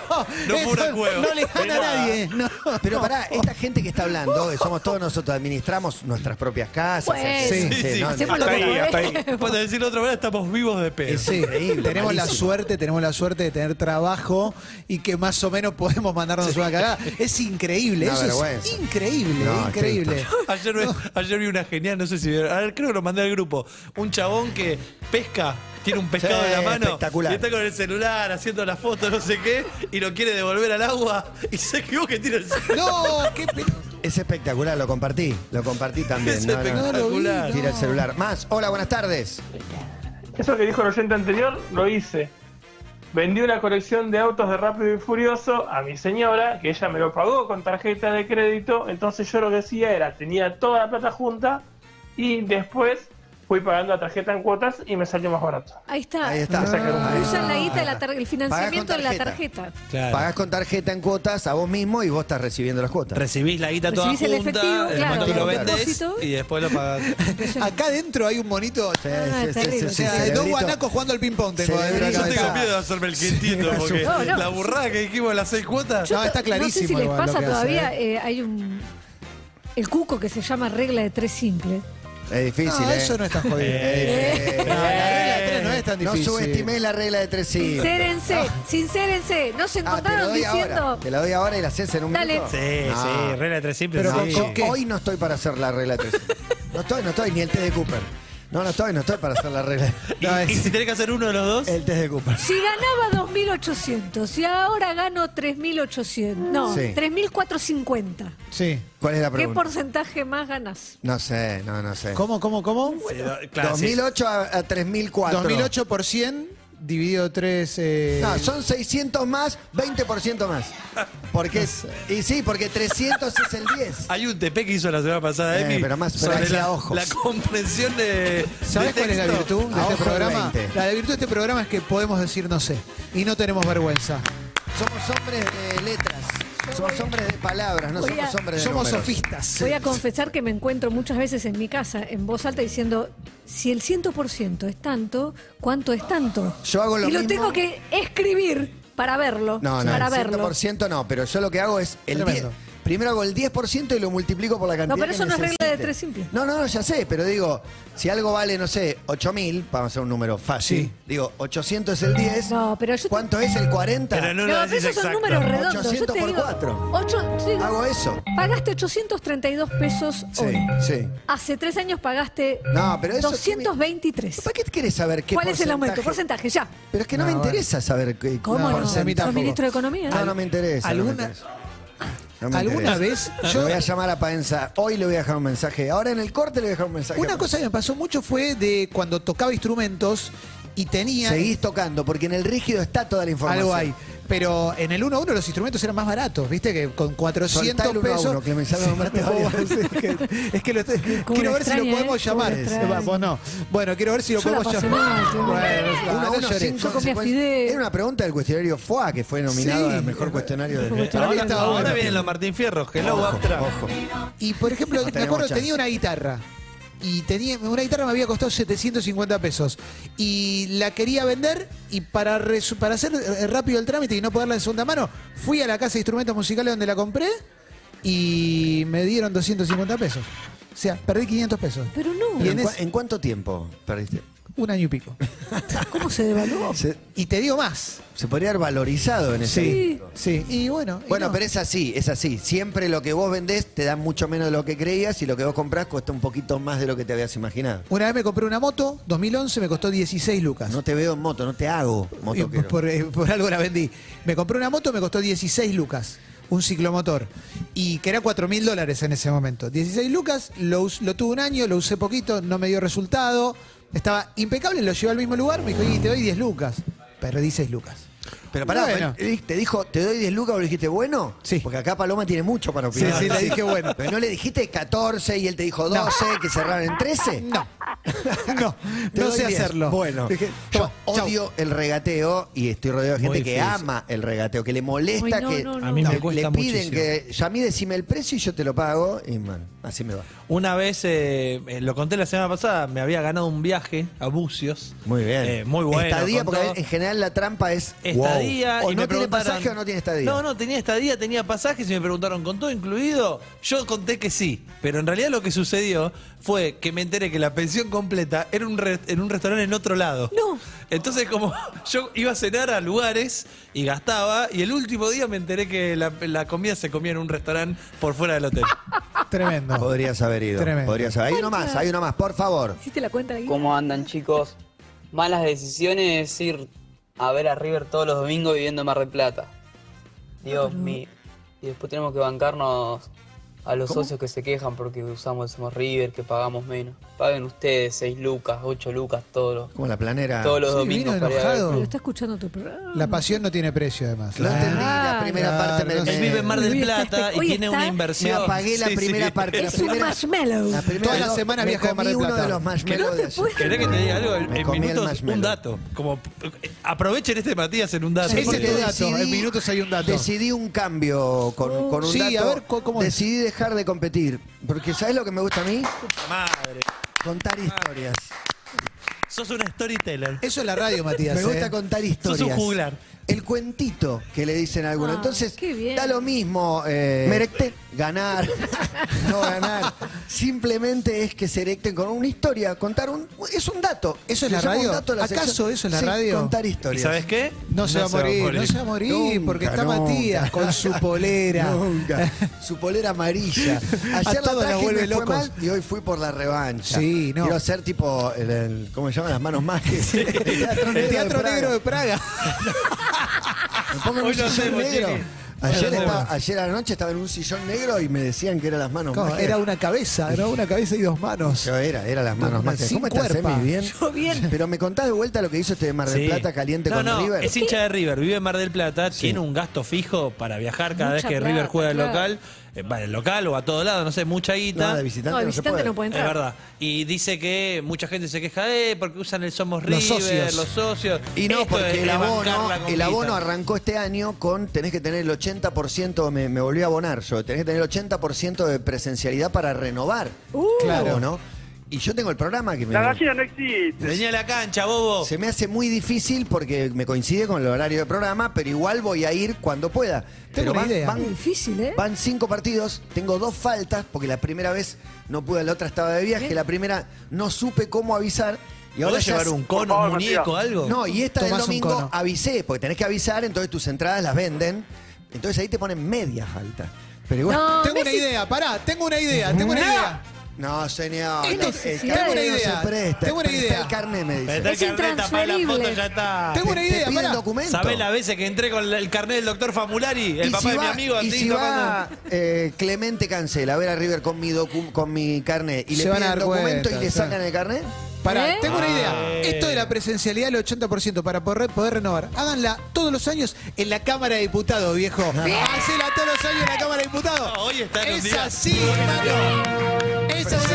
S6: No fue una cueva.
S4: No le gana a nadie. ¿eh? No.
S2: Pero pará, esta gente que está hablando hoy, somos todos nosotros, administramos nuestras propias casas.
S5: Bueno,
S2: Sí,
S6: sí, sí.
S2: no, no.
S5: hacemos lo
S11: Hasta
S5: que
S11: ahí, hasta ahí.
S5: podemos.
S6: Para decirlo de otra manera, estamos vivos de pedo.
S4: Sí,
S2: increíble,
S4: eh, tenemos la
S2: malísimo.
S4: suerte, tenemos la suerte de tener trabajo y que más o menos podemos mandarnos una cagada. Es increíble,
S2: Una
S4: eso
S2: vergüenza.
S4: es increíble,
S2: No,
S4: increíble.
S6: Ayer, ve- ayer vi una genial, no sé si vieron. A ver, creo que lo mandé al grupo. Un chabón que pesca, tiene un pescado
S2: Sí,
S6: en la mano.
S2: espectacular.
S6: Y está con el celular haciendo la foto, no sé qué. Y lo quiere devolver al agua. Y se equivoca y tira el celular.
S4: No, qué pe-
S2: Es espectacular, lo compartí. Lo compartí también.
S6: Es
S2: no, no.
S6: espectacular.
S2: Tira el celular. Más, hola, buenas tardes.
S12: Eso que dijo el oyente anterior, lo hice. Vendí una colección de autos de Rápido y Furioso a mi señora, que ella me lo pagó con tarjeta de crédito. Entonces yo lo que hacía era, tenía toda la plata junta y después fui pagando la tarjeta en cuotas y me salió más barato.
S5: Ahí está.
S2: Ahí está.
S5: Ah,
S2: Ahí
S5: Usan
S2: está.
S5: la guita, de la tar- el financiamiento de
S2: Pagás
S5: la
S2: con
S5: tarjeta.
S2: Pagás con tarjeta en cuotas a vos mismo y vos estás recibiendo las cuotas.
S6: Recibís la guita toda
S5: Recibís el
S6: junta,
S5: efectivo,
S6: en el
S5: claro,
S6: momento que lo
S2: el
S6: vendes
S5: depósito.
S6: y después lo pagas.
S4: Acá adentro hay un monito.
S2: Sí,
S5: Ah,
S2: sí, sí,
S5: terrible.
S2: sí,
S4: o
S2: sí,
S4: sea,
S2: cerebrito.
S4: dos guanacos jugando al ping-pong tengo adentro
S2: Cerebrito.
S6: Yo
S4: acá.
S2: cabeza.
S6: tengo miedo de hacerme el quentito porque
S5: No, no.
S6: la burrada que dijimos en las seis cuotas.
S4: No, está
S5: No sé si
S4: clarísimo
S5: les
S4: igual lo
S5: pasa
S4: que hace,
S5: todavía,
S4: ¿eh?
S5: eh, hay un... El cuco que se llama regla de tres simples.
S2: Es difícil,
S4: No,
S2: ¿eh?
S4: Ah, eso no está jodido.
S2: Es difícil.
S4: No, la regla de tres no es tan
S2: No
S4: difícil.
S2: subestimé la regla de tres sí.
S5: Sincérense, sincérense. No se
S2: Ah, te lo
S5: encontraron
S2: doy ahora.
S5: diciendo...
S2: Te la doy ahora y la haces en un
S5: Dale.
S2: minuto.
S6: Sí,
S2: No.
S6: sí, regla de tres simples.
S4: Pero
S6: sí.
S4: con- con-
S2: Yo
S4: ¿Qué?
S2: Hoy no estoy para hacer la regla 3. No estoy, no estoy, ni el test de Cooper. No, no estoy, no estoy para hacer la regla.
S6: Y,
S4: No,
S6: y
S4: es-
S6: si tenés que hacer uno de los dos,
S2: El test de Cooper.
S5: Si ganaba 2.800 y ahora gano 3.800, no,
S2: Sí.
S5: 3.450,
S4: Sí.
S2: ¿Cuál es la
S5: ¿qué
S2: pregunta?
S5: porcentaje más ganas?
S2: No sé, no, no sé.
S4: ¿Cómo, cómo, cómo?
S6: eh, do- claro, sí.
S2: 2008 a, a 3004.
S4: 2008 por 100 dividido eh, 3...
S5: Eh,
S2: No, son 600 más, 20% más. Porque es, y sí, porque 300 es el 10.
S6: Hay un TP que hizo la semana pasada,
S2: Eh,
S6: Emi,
S2: pero más- pero
S6: sobre
S2: hacia
S6: la,
S2: ojos.
S6: la comprensión de.
S4: ¿Sabes
S6: de
S4: cuál es la
S6: texto.
S4: virtud de
S2: A
S4: este
S2: ojo de
S4: programa?
S2: 20.
S4: La virtud de este programa es que podemos decir no sé y no tenemos vergüenza.
S2: Somos hombres de letras, Somos hombres de palabras, no
S5: Voy
S2: somos
S5: a-
S2: hombres de
S4: Somos
S2: números.
S4: sofistas.
S5: Voy a confesar que me encuentro muchas veces en mi casa en voz alta diciendo, si el 100% es tanto, ¿cuánto es tanto?
S2: Yo hago lo
S5: y lo
S2: mismo.
S5: tengo que escribir para verlo.
S2: No, no,
S5: para
S2: el
S5: verlo.
S2: 100% no, pero yo lo que hago es el 10,
S4: Tremendo.
S2: Primero hago el 10% y lo multiplico por la cantidad
S5: No, pero
S2: que
S5: eso no es regla de
S2: necesite.
S5: tres simple.
S2: No, no, no, ya sé, pero digo, si algo vale, no sé, 8000, vamos a hacer un número fácil.
S4: Sí.
S2: Digo, 800 es el 10.
S5: No, pero yo te-
S2: ¿Cuánto es el 40?
S6: Pero
S5: No,
S6: no lo
S5: pero
S6: decís
S5: esos son
S6: exacto.
S5: números redondos. yo
S2: 800
S5: te
S2: por
S5: digo,
S2: 4.
S5: ocho- sí,
S2: Hago eso.
S5: Pagaste 832 pesos
S2: Sí,
S5: hoy.
S2: sí.
S5: Hace tres años pagaste
S2: No, pero eso tiene-
S5: 223.
S2: ¿Para qué quieres saber qué
S5: ¿Cuál es el aumento?
S2: porcentaje?
S5: Porcentaje, ya.
S2: Pero es que no,
S4: No,
S2: me
S4: bueno.
S2: interesa saber qué
S5: ¿Cómo no?
S2: porcentaje.
S4: a mí tampoco.
S5: ¿Sos ministro de Economía?
S2: No, no me interesa. no me
S4: ¿Alguna-
S2: interesa. No me
S4: ¿Alguna
S2: interesa.
S4: vez
S2: Yo
S4: yo-
S2: voy a llamar a Paenza. Hoy le voy a dejar un mensaje. Ahora en el corte le voy a dejar un mensaje. a
S4: Una
S2: Paenza.
S4: cosa que me pasó mucho fue de cuando tocaba instrumentos y tenía.
S2: Seguís tocando, porque en el rígido está toda la información.
S4: Algo hay. Pero en el 1-1 los instrumentos eran más baratos, ¿viste? Que con 400
S2: Soltá el uno a
S4: pesos.
S2: uno, Clemen, ya lo nombraste
S4: no,
S2: varias
S4: es que, es que lo estoy- quiero ver si
S5: extraña,
S4: lo podemos
S5: ¿eh?
S4: llamar.
S5: Cómo extraña.
S4: Va, Vos no. Bueno, quiero ver si lo
S5: Yo la
S4: podemos
S5: pasé
S4: llamar.
S5: mal, tío.
S4: Bueno,
S2: Uno,
S4: no,
S2: uno,
S4: no llores.
S2: sin
S5: Yo comía
S2: consecuencias.
S5: fideo.
S2: Era una pregunta del cuestionario FOA, que fue nominado
S4: Sí.
S2: al mejor cuestionario del
S5: Mejor
S4: Para mí estaba
S6: Ahora
S4: bueno.
S6: vienen los Martín Fierros, que luego
S2: Ojo,
S6: Aptra.
S2: ojo.
S4: Y por ejemplo, me
S2: tenemos
S4: acuerdo,
S2: chance.
S4: tenía una guitarra. Y tenía, una guitarra me había costado 750 pesos. Y la quería vender y para, resu- para hacer eh, rápido el trámite y no poderla en segunda mano, fui a la casa de instrumentos musicales donde la compré y me dieron 250 pesos. O sea, perdí 500 pesos.
S5: Pero no.
S2: Pero ¿En,
S4: Vienes-
S2: cua- en cuánto tiempo perdiste?
S4: Un año y pico.
S5: ¿Cómo se devaluó?
S2: Se,
S4: Y te digo más.
S2: se podría haber valorizado en ese
S4: Sí, sí. Y bueno. y
S2: Bueno,
S4: no.
S2: pero es así, es así. Siempre lo que vos vendés te da mucho menos de lo que creías y lo que vos comprás cuesta un poquito más de lo que te habías imaginado.
S4: Una vez me compré una moto, 2011, me costó 16 lucas.
S2: No te veo en moto, no te hago
S4: Y
S2: motoquero.
S4: por, eh, por algo la vendí. Me compré una moto, me costó 16 lucas, un ciclomotor. Y que era 4 mil dólares en ese momento. 16 lucas, lo, us- lo tuve un año, lo usé poquito, no me dio resultado. Estaba impecable, lo llevé al mismo lugar, me dijo, y te doy 10 lucas. Perdí 6 lucas.
S2: Pero pará,
S4: Bueno.
S2: eh, te dijo, te doy 10 lucas, o le dijiste, bueno,
S4: Sí.
S2: porque acá Paloma tiene mucho para
S4: Sí,
S2: opinar.
S4: sí, le dije, bueno.
S2: Pero no le dijiste 14 y él te dijo 12, que cerraron en 13.
S4: No, no,
S2: Te
S4: no
S2: doy
S4: sé
S2: 10.
S4: hacerlo.
S2: Bueno,
S4: Dije,
S2: yo
S4: "Toma, chau".
S2: odio el regateo y estoy rodeado de gente
S6: Muy
S2: que
S6: difícil.
S2: ama el regateo, que le molesta
S5: Uy, no,
S2: que
S5: no, no.
S6: A mí me
S2: le-
S6: cuesta
S2: le piden
S6: muchísimo.
S2: que ya a mí decime el precio y yo te lo pago y man, así me va.
S6: Una vez, eh, eh, lo conté la semana pasada, me había ganado un viaje a Bucios.
S2: Muy bien.
S6: Eh, muy bueno.
S2: Estadía,
S6: con
S2: porque
S6: todo.
S2: en general la trampa es.
S6: Estadía.
S2: wow. O
S6: y
S2: no
S6: me
S2: tiene
S6: preguntaron-
S2: pasaje o no tiene estadía.
S6: No, no, tenía estadía, tenía pasajes y me preguntaron, ¿con todo incluido? Yo conté que sí. Pero en realidad lo que sucedió fue que me enteré que la pensión completa era un re- en un restaurante en otro lado.
S5: No.
S6: Entonces, como yo iba a cenar a lugares y gastaba, y el último día me enteré que la, la comida se comía en un restaurante por fuera del hotel.
S2: eh,
S4: Tremendo.
S2: Podrías haber ido.
S4: Tremendo.
S2: Podrías haber. Hay uno más, hay uno más, por favor.
S5: ¿Hiciste la cuenta ahí?
S13: ¿Cómo andan chicos? Malas decisiones ir a ver a River todos los domingos viviendo en Mar del Plata. Dios mío. Y después tenemos que bancarnos a los socios que se quejan porque usamos somos River, que pagamos menos. Paguen ustedes 6 lucas, 8 lucas todos los,
S2: Como la planera.
S13: todos los
S4: Sí, vino
S13: domingos para ir a ver.
S4: enojado.
S5: Pero está escuchando tu programa.
S4: La pasión no tiene precio, además.
S2: No entendí la
S5: Claro.
S2: primera parte. Me,
S4: Él
S2: me-
S6: Él vive en Mar del
S5: Hoy está
S6: Plata y
S5: espe- hoy
S6: tiene
S5: está-
S6: una
S2: Eh, me
S6: inversión.
S2: apagué la
S6: Sí, sí.
S2: primera parte. La
S5: Es un
S2: primera,
S5: marshmallow.
S2: la primera-
S4: Todas las semanas
S2: me
S4: viaja a Mar
S2: comí
S4: del
S2: uno
S4: Plata.
S2: de los marshmallows.
S5: No te
S2: de ayer.
S5: puedo-
S6: ¿Querés que te diga algo? En,
S2: Me
S6: en
S2: comí el
S6: minutos,
S2: marshmallow.
S6: un dato. Como, eh, aprovechen este Matías en un dato.
S4: Sí,
S6: porque-
S4: Ese es tu dato, en minutos hay un dato. Uh.
S2: Decidí un cambio con, con un
S4: Sí, a
S2: dato.
S4: ver, ¿cómo- cómo es?
S2: decidí dejar de competir. Porque ¿sabes lo que me gusta a mí?
S6: Madre.
S2: Contar historias.
S6: Sos un storyteller.
S4: Eso es la radio, Matías.
S2: Me gusta
S4: ¿eh?
S2: contar historias.
S6: Sos un juglar.
S2: El cuentito que le dicen a alguno.
S5: Ah,
S2: Entonces,
S5: qué bien.
S2: da lo mismo eh, ganar, no ganar. Simplemente es que se erecten con una historia, contar un. Es un dato.
S4: ¿Eso es
S2: Le
S4: la
S2: llamo un
S4: radio?
S2: dato a la
S4: ¿Acaso
S2: sección.
S4: eso es la
S2: Sí,
S4: radio?
S2: Contar
S6: ¿Y
S2: historias.
S6: sabes qué?
S4: No se, va, a morir, no se va a morir,
S2: Nunca,
S4: porque está
S2: nunca.
S4: Matías con su polera.
S2: Nunca. Su polera amarilla. Ayer la
S4: todos nos
S2: traje y
S4: vuelve
S2: me fue
S4: locos.
S2: mal y hoy fui por la revancha.
S4: Sí, no.
S2: Quiero hacer tipo, el, el- ¿cómo se llaman? Las manos mágicas. El teatro
S4: El Teatro
S2: Praga.
S4: Negro de Praga.
S2: Me pongo en
S6: Hoy
S2: un sillón
S6: lo hacemos,
S2: negro.
S6: Chiqui.
S2: Ayer,
S6: Hoy lo
S2: estaba-
S6: hacemos.
S2: ayer a la noche estaba en un sillón negro y me decían que eran las manos
S4: No,
S2: mágicas.
S4: era una cabeza, ¿no? Una cabeza y dos manos.
S2: Yo era, era las manos
S4: Sin
S2: mágicas. ¿Cómo estás,
S4: cuerpa.
S2: Emi? ¿Bien?
S5: Yo bien.
S2: Pero me contás de vuelta lo que hizo este de Mar del
S6: Sí.
S2: Plata caliente
S6: No,
S2: con
S6: no,
S2: River.
S6: Es hincha de River, vive en Mar del Plata, tiene un gasto fijo para viajar
S5: Mucha
S6: cada vez que
S5: plata,
S6: River juega de
S5: claro.
S6: local. eh, para el local o a todo lado, no sé, mucha guita.
S2: No, de visitante No, de no se visitante puede. no puede entrar.
S6: Es verdad. Y dice que mucha gente se queja, eh, porque usan el Somos River,
S2: Los socios.
S6: los socios.
S2: Y no,
S6: Esto es-
S2: porque el
S6: es bancar
S2: abono,
S6: la
S2: el
S6: conquista.
S2: abono arrancó este año con tenés que tener el 80%, me, me volví a abonar yo, tenés que tener el 80% de presencialidad para renovar.
S5: Uh.
S4: Claro.
S2: Claro. ¿no? Y yo tengo el programa que me.
S12: La gallina no existe.
S6: Venía a la cancha, bobo.
S2: Se me hace muy difícil porque me coincide con el horario del programa, pero igual voy a ir cuando pueda. pero
S4: una
S2: van,
S4: idea.
S2: van-
S5: Difícil, ¿eh?
S2: van cinco partidos, tengo dos faltas, porque la primera vez no pude, la otra estaba de viaje, la primera no supe cómo avisar. Y ahora
S6: ¿Podés
S2: ya
S6: llevar
S2: es-
S6: un cono, un muñeco, algo?
S2: No, y esta del
S4: Tomás un
S2: domingo
S4: cono.
S2: avisé, porque tenés que avisar, entonces tus entradas las venden. Entonces ahí te ponen media falta. Pero igual.
S5: No,
S4: Tengo una
S5: Messi-
S4: idea, pará, tengo una idea, tengo una
S2: No.
S4: idea.
S2: No, señor.
S4: Esto-
S2: el
S4: tengo
S2: carnet
S4: una
S2: no
S4: idea,
S2: se presta.
S4: tengo una
S2: Presta
S4: idea.
S2: el carnet, me dice.
S6: Metá el
S5: Es
S6: carnet, tapá la foto,
S5: intransferible.
S6: ya está.
S4: Tengo una
S2: Te-
S4: idea,
S2: te piden
S4: pará.
S2: documento.
S6: ¿Sabés las veces que entré con la- el carnet del doctor Famulari? El
S2: Y
S6: papá
S2: si
S6: de mi
S2: va-
S6: amigo,
S2: y
S6: así
S2: si va,
S6: tocando.
S2: eh, Clemente Cancela a ver a River con mi, docu- con mi carnet y le
S4: Se van a
S2: piden el
S4: dar
S2: documento
S4: cuenta,
S2: y le
S4: sí.
S2: sacan el carnet.
S4: Pará,
S5: ¿Eh?
S4: tengo una
S6: Ah.
S4: idea. Esto de la presencialidad del 80% para poder, poder renovar. Háganla todos los años en la Cámara de Diputados, viejo. Hacela todos los años en la Cámara de Diputados.
S6: No, hoy está en un
S4: Es
S6: día.
S4: así, hermano. Es así.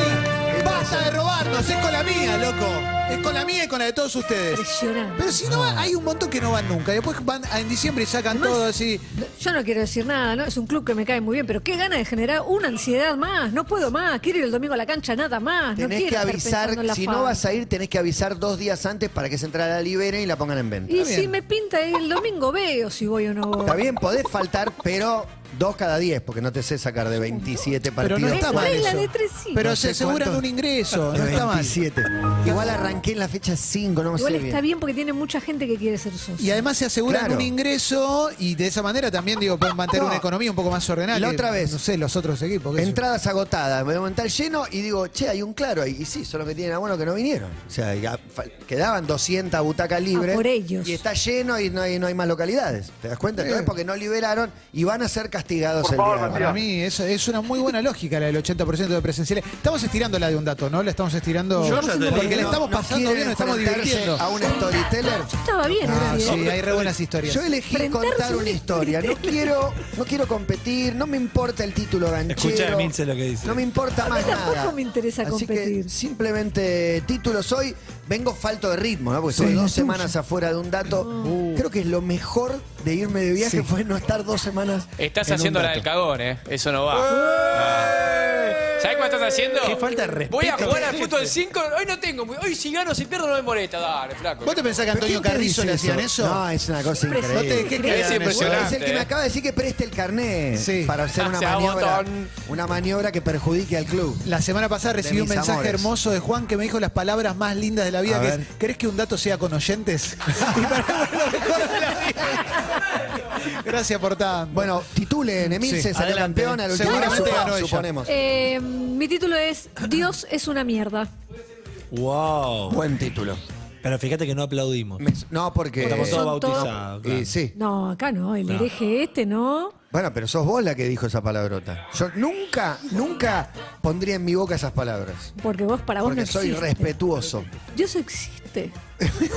S4: Basta de robarnos. Es con la mía, loco. Es con la mía y con la de todos ustedes.
S5: Impresionante.
S4: Pero si no,
S2: Ah.
S4: van- hay un montón que no van nunca. Después van a- en diciembre y sacan
S5: Además,
S4: todo así.
S5: Yo no quiero decir nada, ¿no? Es un club que me cae muy bien, pero qué gana de generar una ansiedad más. No puedo más. Quiero ir el domingo a la cancha, nada más. no
S2: Tenés
S5: quiero
S2: que
S5: estar
S2: avisar,
S5: pensando en la
S2: si
S5: fama.
S2: no vas a ir, tenés que avisar dos días antes para que esa entrada la liberen y la pongan en venta.
S5: Y
S4: Está
S5: si
S4: bien.
S5: me pinta ir el domingo, veo si voy o no voy.
S2: Está bien, podés faltar, pero dos cada diez, porque no te sé sacar de 27
S4: Pero
S2: partidos.
S4: no está mal
S5: Regla
S4: eso.
S5: de tres, sí.
S4: Pero
S2: No
S4: se
S2: sé
S4: aseguran
S2: cuántos-
S4: un ingreso. No
S2: De
S4: está mal.
S2: 27. Igual arranqué en la fecha 5, no me
S5: Igual
S2: sé
S5: está bien. porque tiene mucha gente que quiere ser socio.
S4: Y además se aseguran
S2: Claro.
S4: un ingreso y de esa manera también digo pueden mantener
S2: No.
S4: una economía un poco más ordenada.
S2: La
S4: que,
S2: otra vez.
S4: No sé, los otros equipos. qué sé yo.
S2: Entradas agotadas, me voy a montar lleno y digo, che, hay un claro ahí. Y sí, son los que tienen abono que no vinieron. O sea, ya fa- quedaban 200
S4: Ah,
S2: butacas libres.
S5: por ellos.
S2: Y está lleno y no hay, no hay más localidades. ¿Te das cuenta? Entonces,
S4: Sí.
S2: porque no liberaron y van a ser castigados
S12: Por
S2: el
S12: favor,
S2: día de hoy.
S4: Para mí es, es una muy buena lógica la del 80% de presenciales. Estamos estirando la de un dato, ¿no? La estamos estirando
S6: Yo ya te digo,
S4: porque le estamos
S2: No
S4: pasando
S2: quieren
S4: bien, nos estamos
S2: enfrentarse
S4: divirtiendo.
S2: a un storyteller.
S5: Yo estaba bien.
S4: Ah,
S5: así,
S4: sí,
S5: ¿eh?
S4: hay re buenas historias.
S2: Yo elegí
S5: Enfrentarse
S2: contar
S5: a un
S2: una historia. No quiero, no quiero competir, no me importa el título ganchero.
S6: Escuchá a Milce lo que dice.
S2: No me importa más
S5: tampoco
S2: nada.
S5: me interesa
S2: Así
S5: competir.
S2: que simplemente títulos hoy. Vengo falto de ritmo, ¿no? Porque estuve dos semanas afuera de un dato.
S5: Uh.
S2: Creo que es lo mejor de irme de viaje fue no estar dos semanas.
S14: Estás
S2: en un
S14: haciendo la
S2: dato.
S14: del cagón, ¿eh? Eso no va. ¿Sabes cómo estás haciendo?
S6: Qué falta de respeto.
S14: Voy a jugar al fútbol 5. Hoy no tengo. Hoy si gano, si pierdo, no me molesta. Dale, flaco.
S4: ¿Vos te pensás que a
S2: ¿Pero
S4: Antonio
S2: quién te
S4: Carrizo
S2: dice
S4: le hacían eso?
S2: No, es una cosa
S5: Siempre
S2: increíble.
S4: No te dejes
S5: Impresionante.
S4: quedar en eso.
S14: impresionante.
S2: Es el que me
S14: eh.
S2: acaba de decir que preste el carné
S4: Sí.
S2: para hacer una
S14: Se
S2: maniobra,
S14: abotón.
S2: una maniobra que perjudique al club.
S4: La semana pasada recibí
S2: De
S4: un
S2: mis
S4: mensaje
S2: amores.
S4: hermoso de Juan que me dijo las palabras más lindas de la vida,
S2: A
S4: que
S2: ver.
S4: es, ¿querés que un dato sea con oyentes? y para mí fue lo mejor de la vida. Gracias por tanto.
S2: Bueno, titule, Emil
S4: Sí,
S2: se salió
S4: adelante.
S2: campeón, al último
S4: Seguramente
S2: supo-
S4: ganó ella.
S2: suponemos.
S5: Eh, mi título es Dios es una mierda.
S6: Wow.
S2: Buen título.
S6: Pero fíjate que no aplaudimos.
S2: Me- no, porque...
S6: Estamos
S5: Son
S6: todos
S5: todos-
S6: bautizados. claro.
S2: Y sí.
S5: No, acá no, el hereje este, ¿no?
S2: Bueno, pero sos vos la que dijo esa palabrota. Yo nunca, nunca pondría en mi boca esas palabras.
S5: Porque vos para vos
S2: Porque
S5: no
S2: soy
S5: existe.
S2: respetuoso.
S5: Dios existe.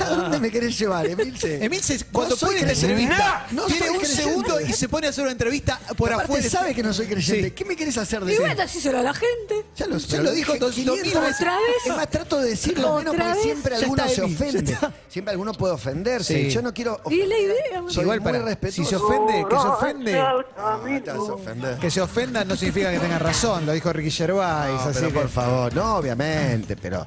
S2: ¿A dónde me querés llevar,
S6: Eh,
S2: Emilce?
S4: Emilce, cuando
S2: No soy
S4: puede esta
S2: creyente.
S4: entrevista,
S2: No
S4: tiene
S2: soy
S4: un
S2: creyente.
S4: segundo y se pone a hacer una entrevista por
S2: Aparte
S4: afuera.
S2: sabe que no soy creyente.
S4: Sí.
S2: ¿Qué me querés hacer
S5: Y
S2: decir?
S5: bueno, decíselo a la gente.
S2: Ya lo,
S4: Ya
S2: pero
S4: lo dijo
S2: dije
S4: dos- dos
S2: 500
S4: mil veces.
S5: ¿Otra vez?
S2: Es más, trato de decirlo menos
S5: ¿Otra
S2: porque
S5: vez?
S2: siempre
S4: Ya
S2: alguno
S4: está,
S2: se
S4: Emi, ya
S2: ofende.
S4: está.
S2: Siempre alguno puede ofenderse.
S4: Sí.
S2: Y Yo no quiero...
S5: Y es la idea.
S2: Soy
S4: Igual
S2: muy
S4: para, si
S2: respetuoso.
S4: se ofende, que se ofende.
S2: No, te vas a ofender.
S4: Que se ofendan no significa que tengan razón, lo dijo Ricky Gervais.
S2: No,
S4: Ah, así
S2: pero
S4: que- Uh.
S2: por favor, no, obviamente, pero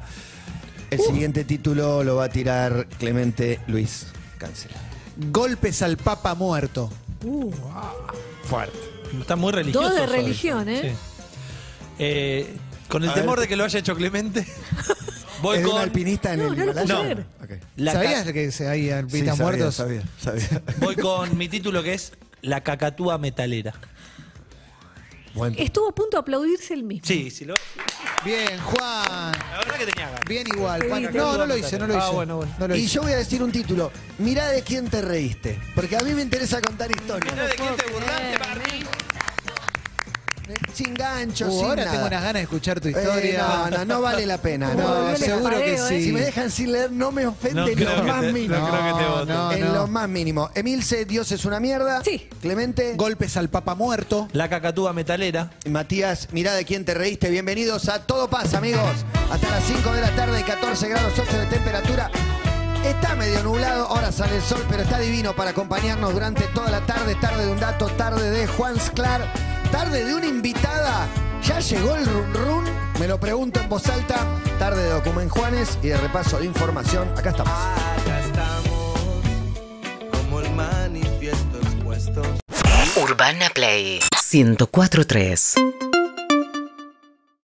S2: el siguiente título lo va a tirar Clemente Luis Cancela.
S4: Golpes al Papa muerto.
S6: Fuerte. Está muy religioso.
S5: Todo de
S6: hoy.
S5: religión, ¿eh?
S6: Eh, con el
S2: A
S6: temor
S2: ver.
S6: de que lo haya hecho Clemente, voy
S2: ¿Es de un
S6: con,
S2: alpinista en
S5: No,
S2: el
S5: no lo
S2: Himalaya?
S6: puedo creer.
S2: Ok.
S6: la ca-
S4: ¿Sabías que se- hay
S2: Sí,
S4: alpinistas
S2: sabía,
S4: muertos?
S2: Sabía, sabía.
S6: voy con mi título que es La cacatúa metalera.
S2: Bueno,
S5: Estuvo a punto de aplaudirse el mismo.
S6: Sí, sí lo.
S4: Bien, Juan.
S6: La verdad que tenía ganas.
S4: Bien igual.
S5: Te
S4: Juan.
S5: viste.
S4: No, no lo hice, no lo hice.
S6: Ah, bueno, bueno.
S4: No lo
S2: y
S4: hice.
S2: yo voy a decir un título. Mirá de quién te reíste. Porque a mí me interesa contar historias.
S6: Mirá de quién te burlaste, Barney.
S2: sin gancho,
S4: Uh,
S2: sin
S4: ahora
S2: nada.
S4: tengo unas ganas de escuchar tu historia.
S2: Eh, no, no, no vale la pena.
S4: No,
S2: no.
S4: seguro que sí.
S2: Si me dejan sin leer, no me
S4: No
S2: ofende en
S4: creo
S2: lo
S4: que
S2: más
S4: te- no
S2: mínimo.
S4: creo que te voten. No,
S2: En
S4: no.
S2: lo más mínimo. Emilce, Dios es una mierda. Sí. Clemente.
S4: Golpes al Papa Muerto.
S6: La cacatúa metalera.
S2: Matías, mirá de quién te reíste. Bienvenidos a Todo Pasa, amigos. Hasta las 5 de la tarde, 14 grados 8 de temperatura. Está medio nublado, ahora sale el sol, pero está divino para acompañarnos durante toda la tarde. Tarde de un dato, tarde de Juan Sclar, tarde de una invitada. Ya llegó el run run, me lo pregunto en voz alta. Tarde de Document Juanes y de repaso de información. Acá estamos.
S15: Acá estamos, como el manifiesto expuesto.
S16: Urbana Play 104.3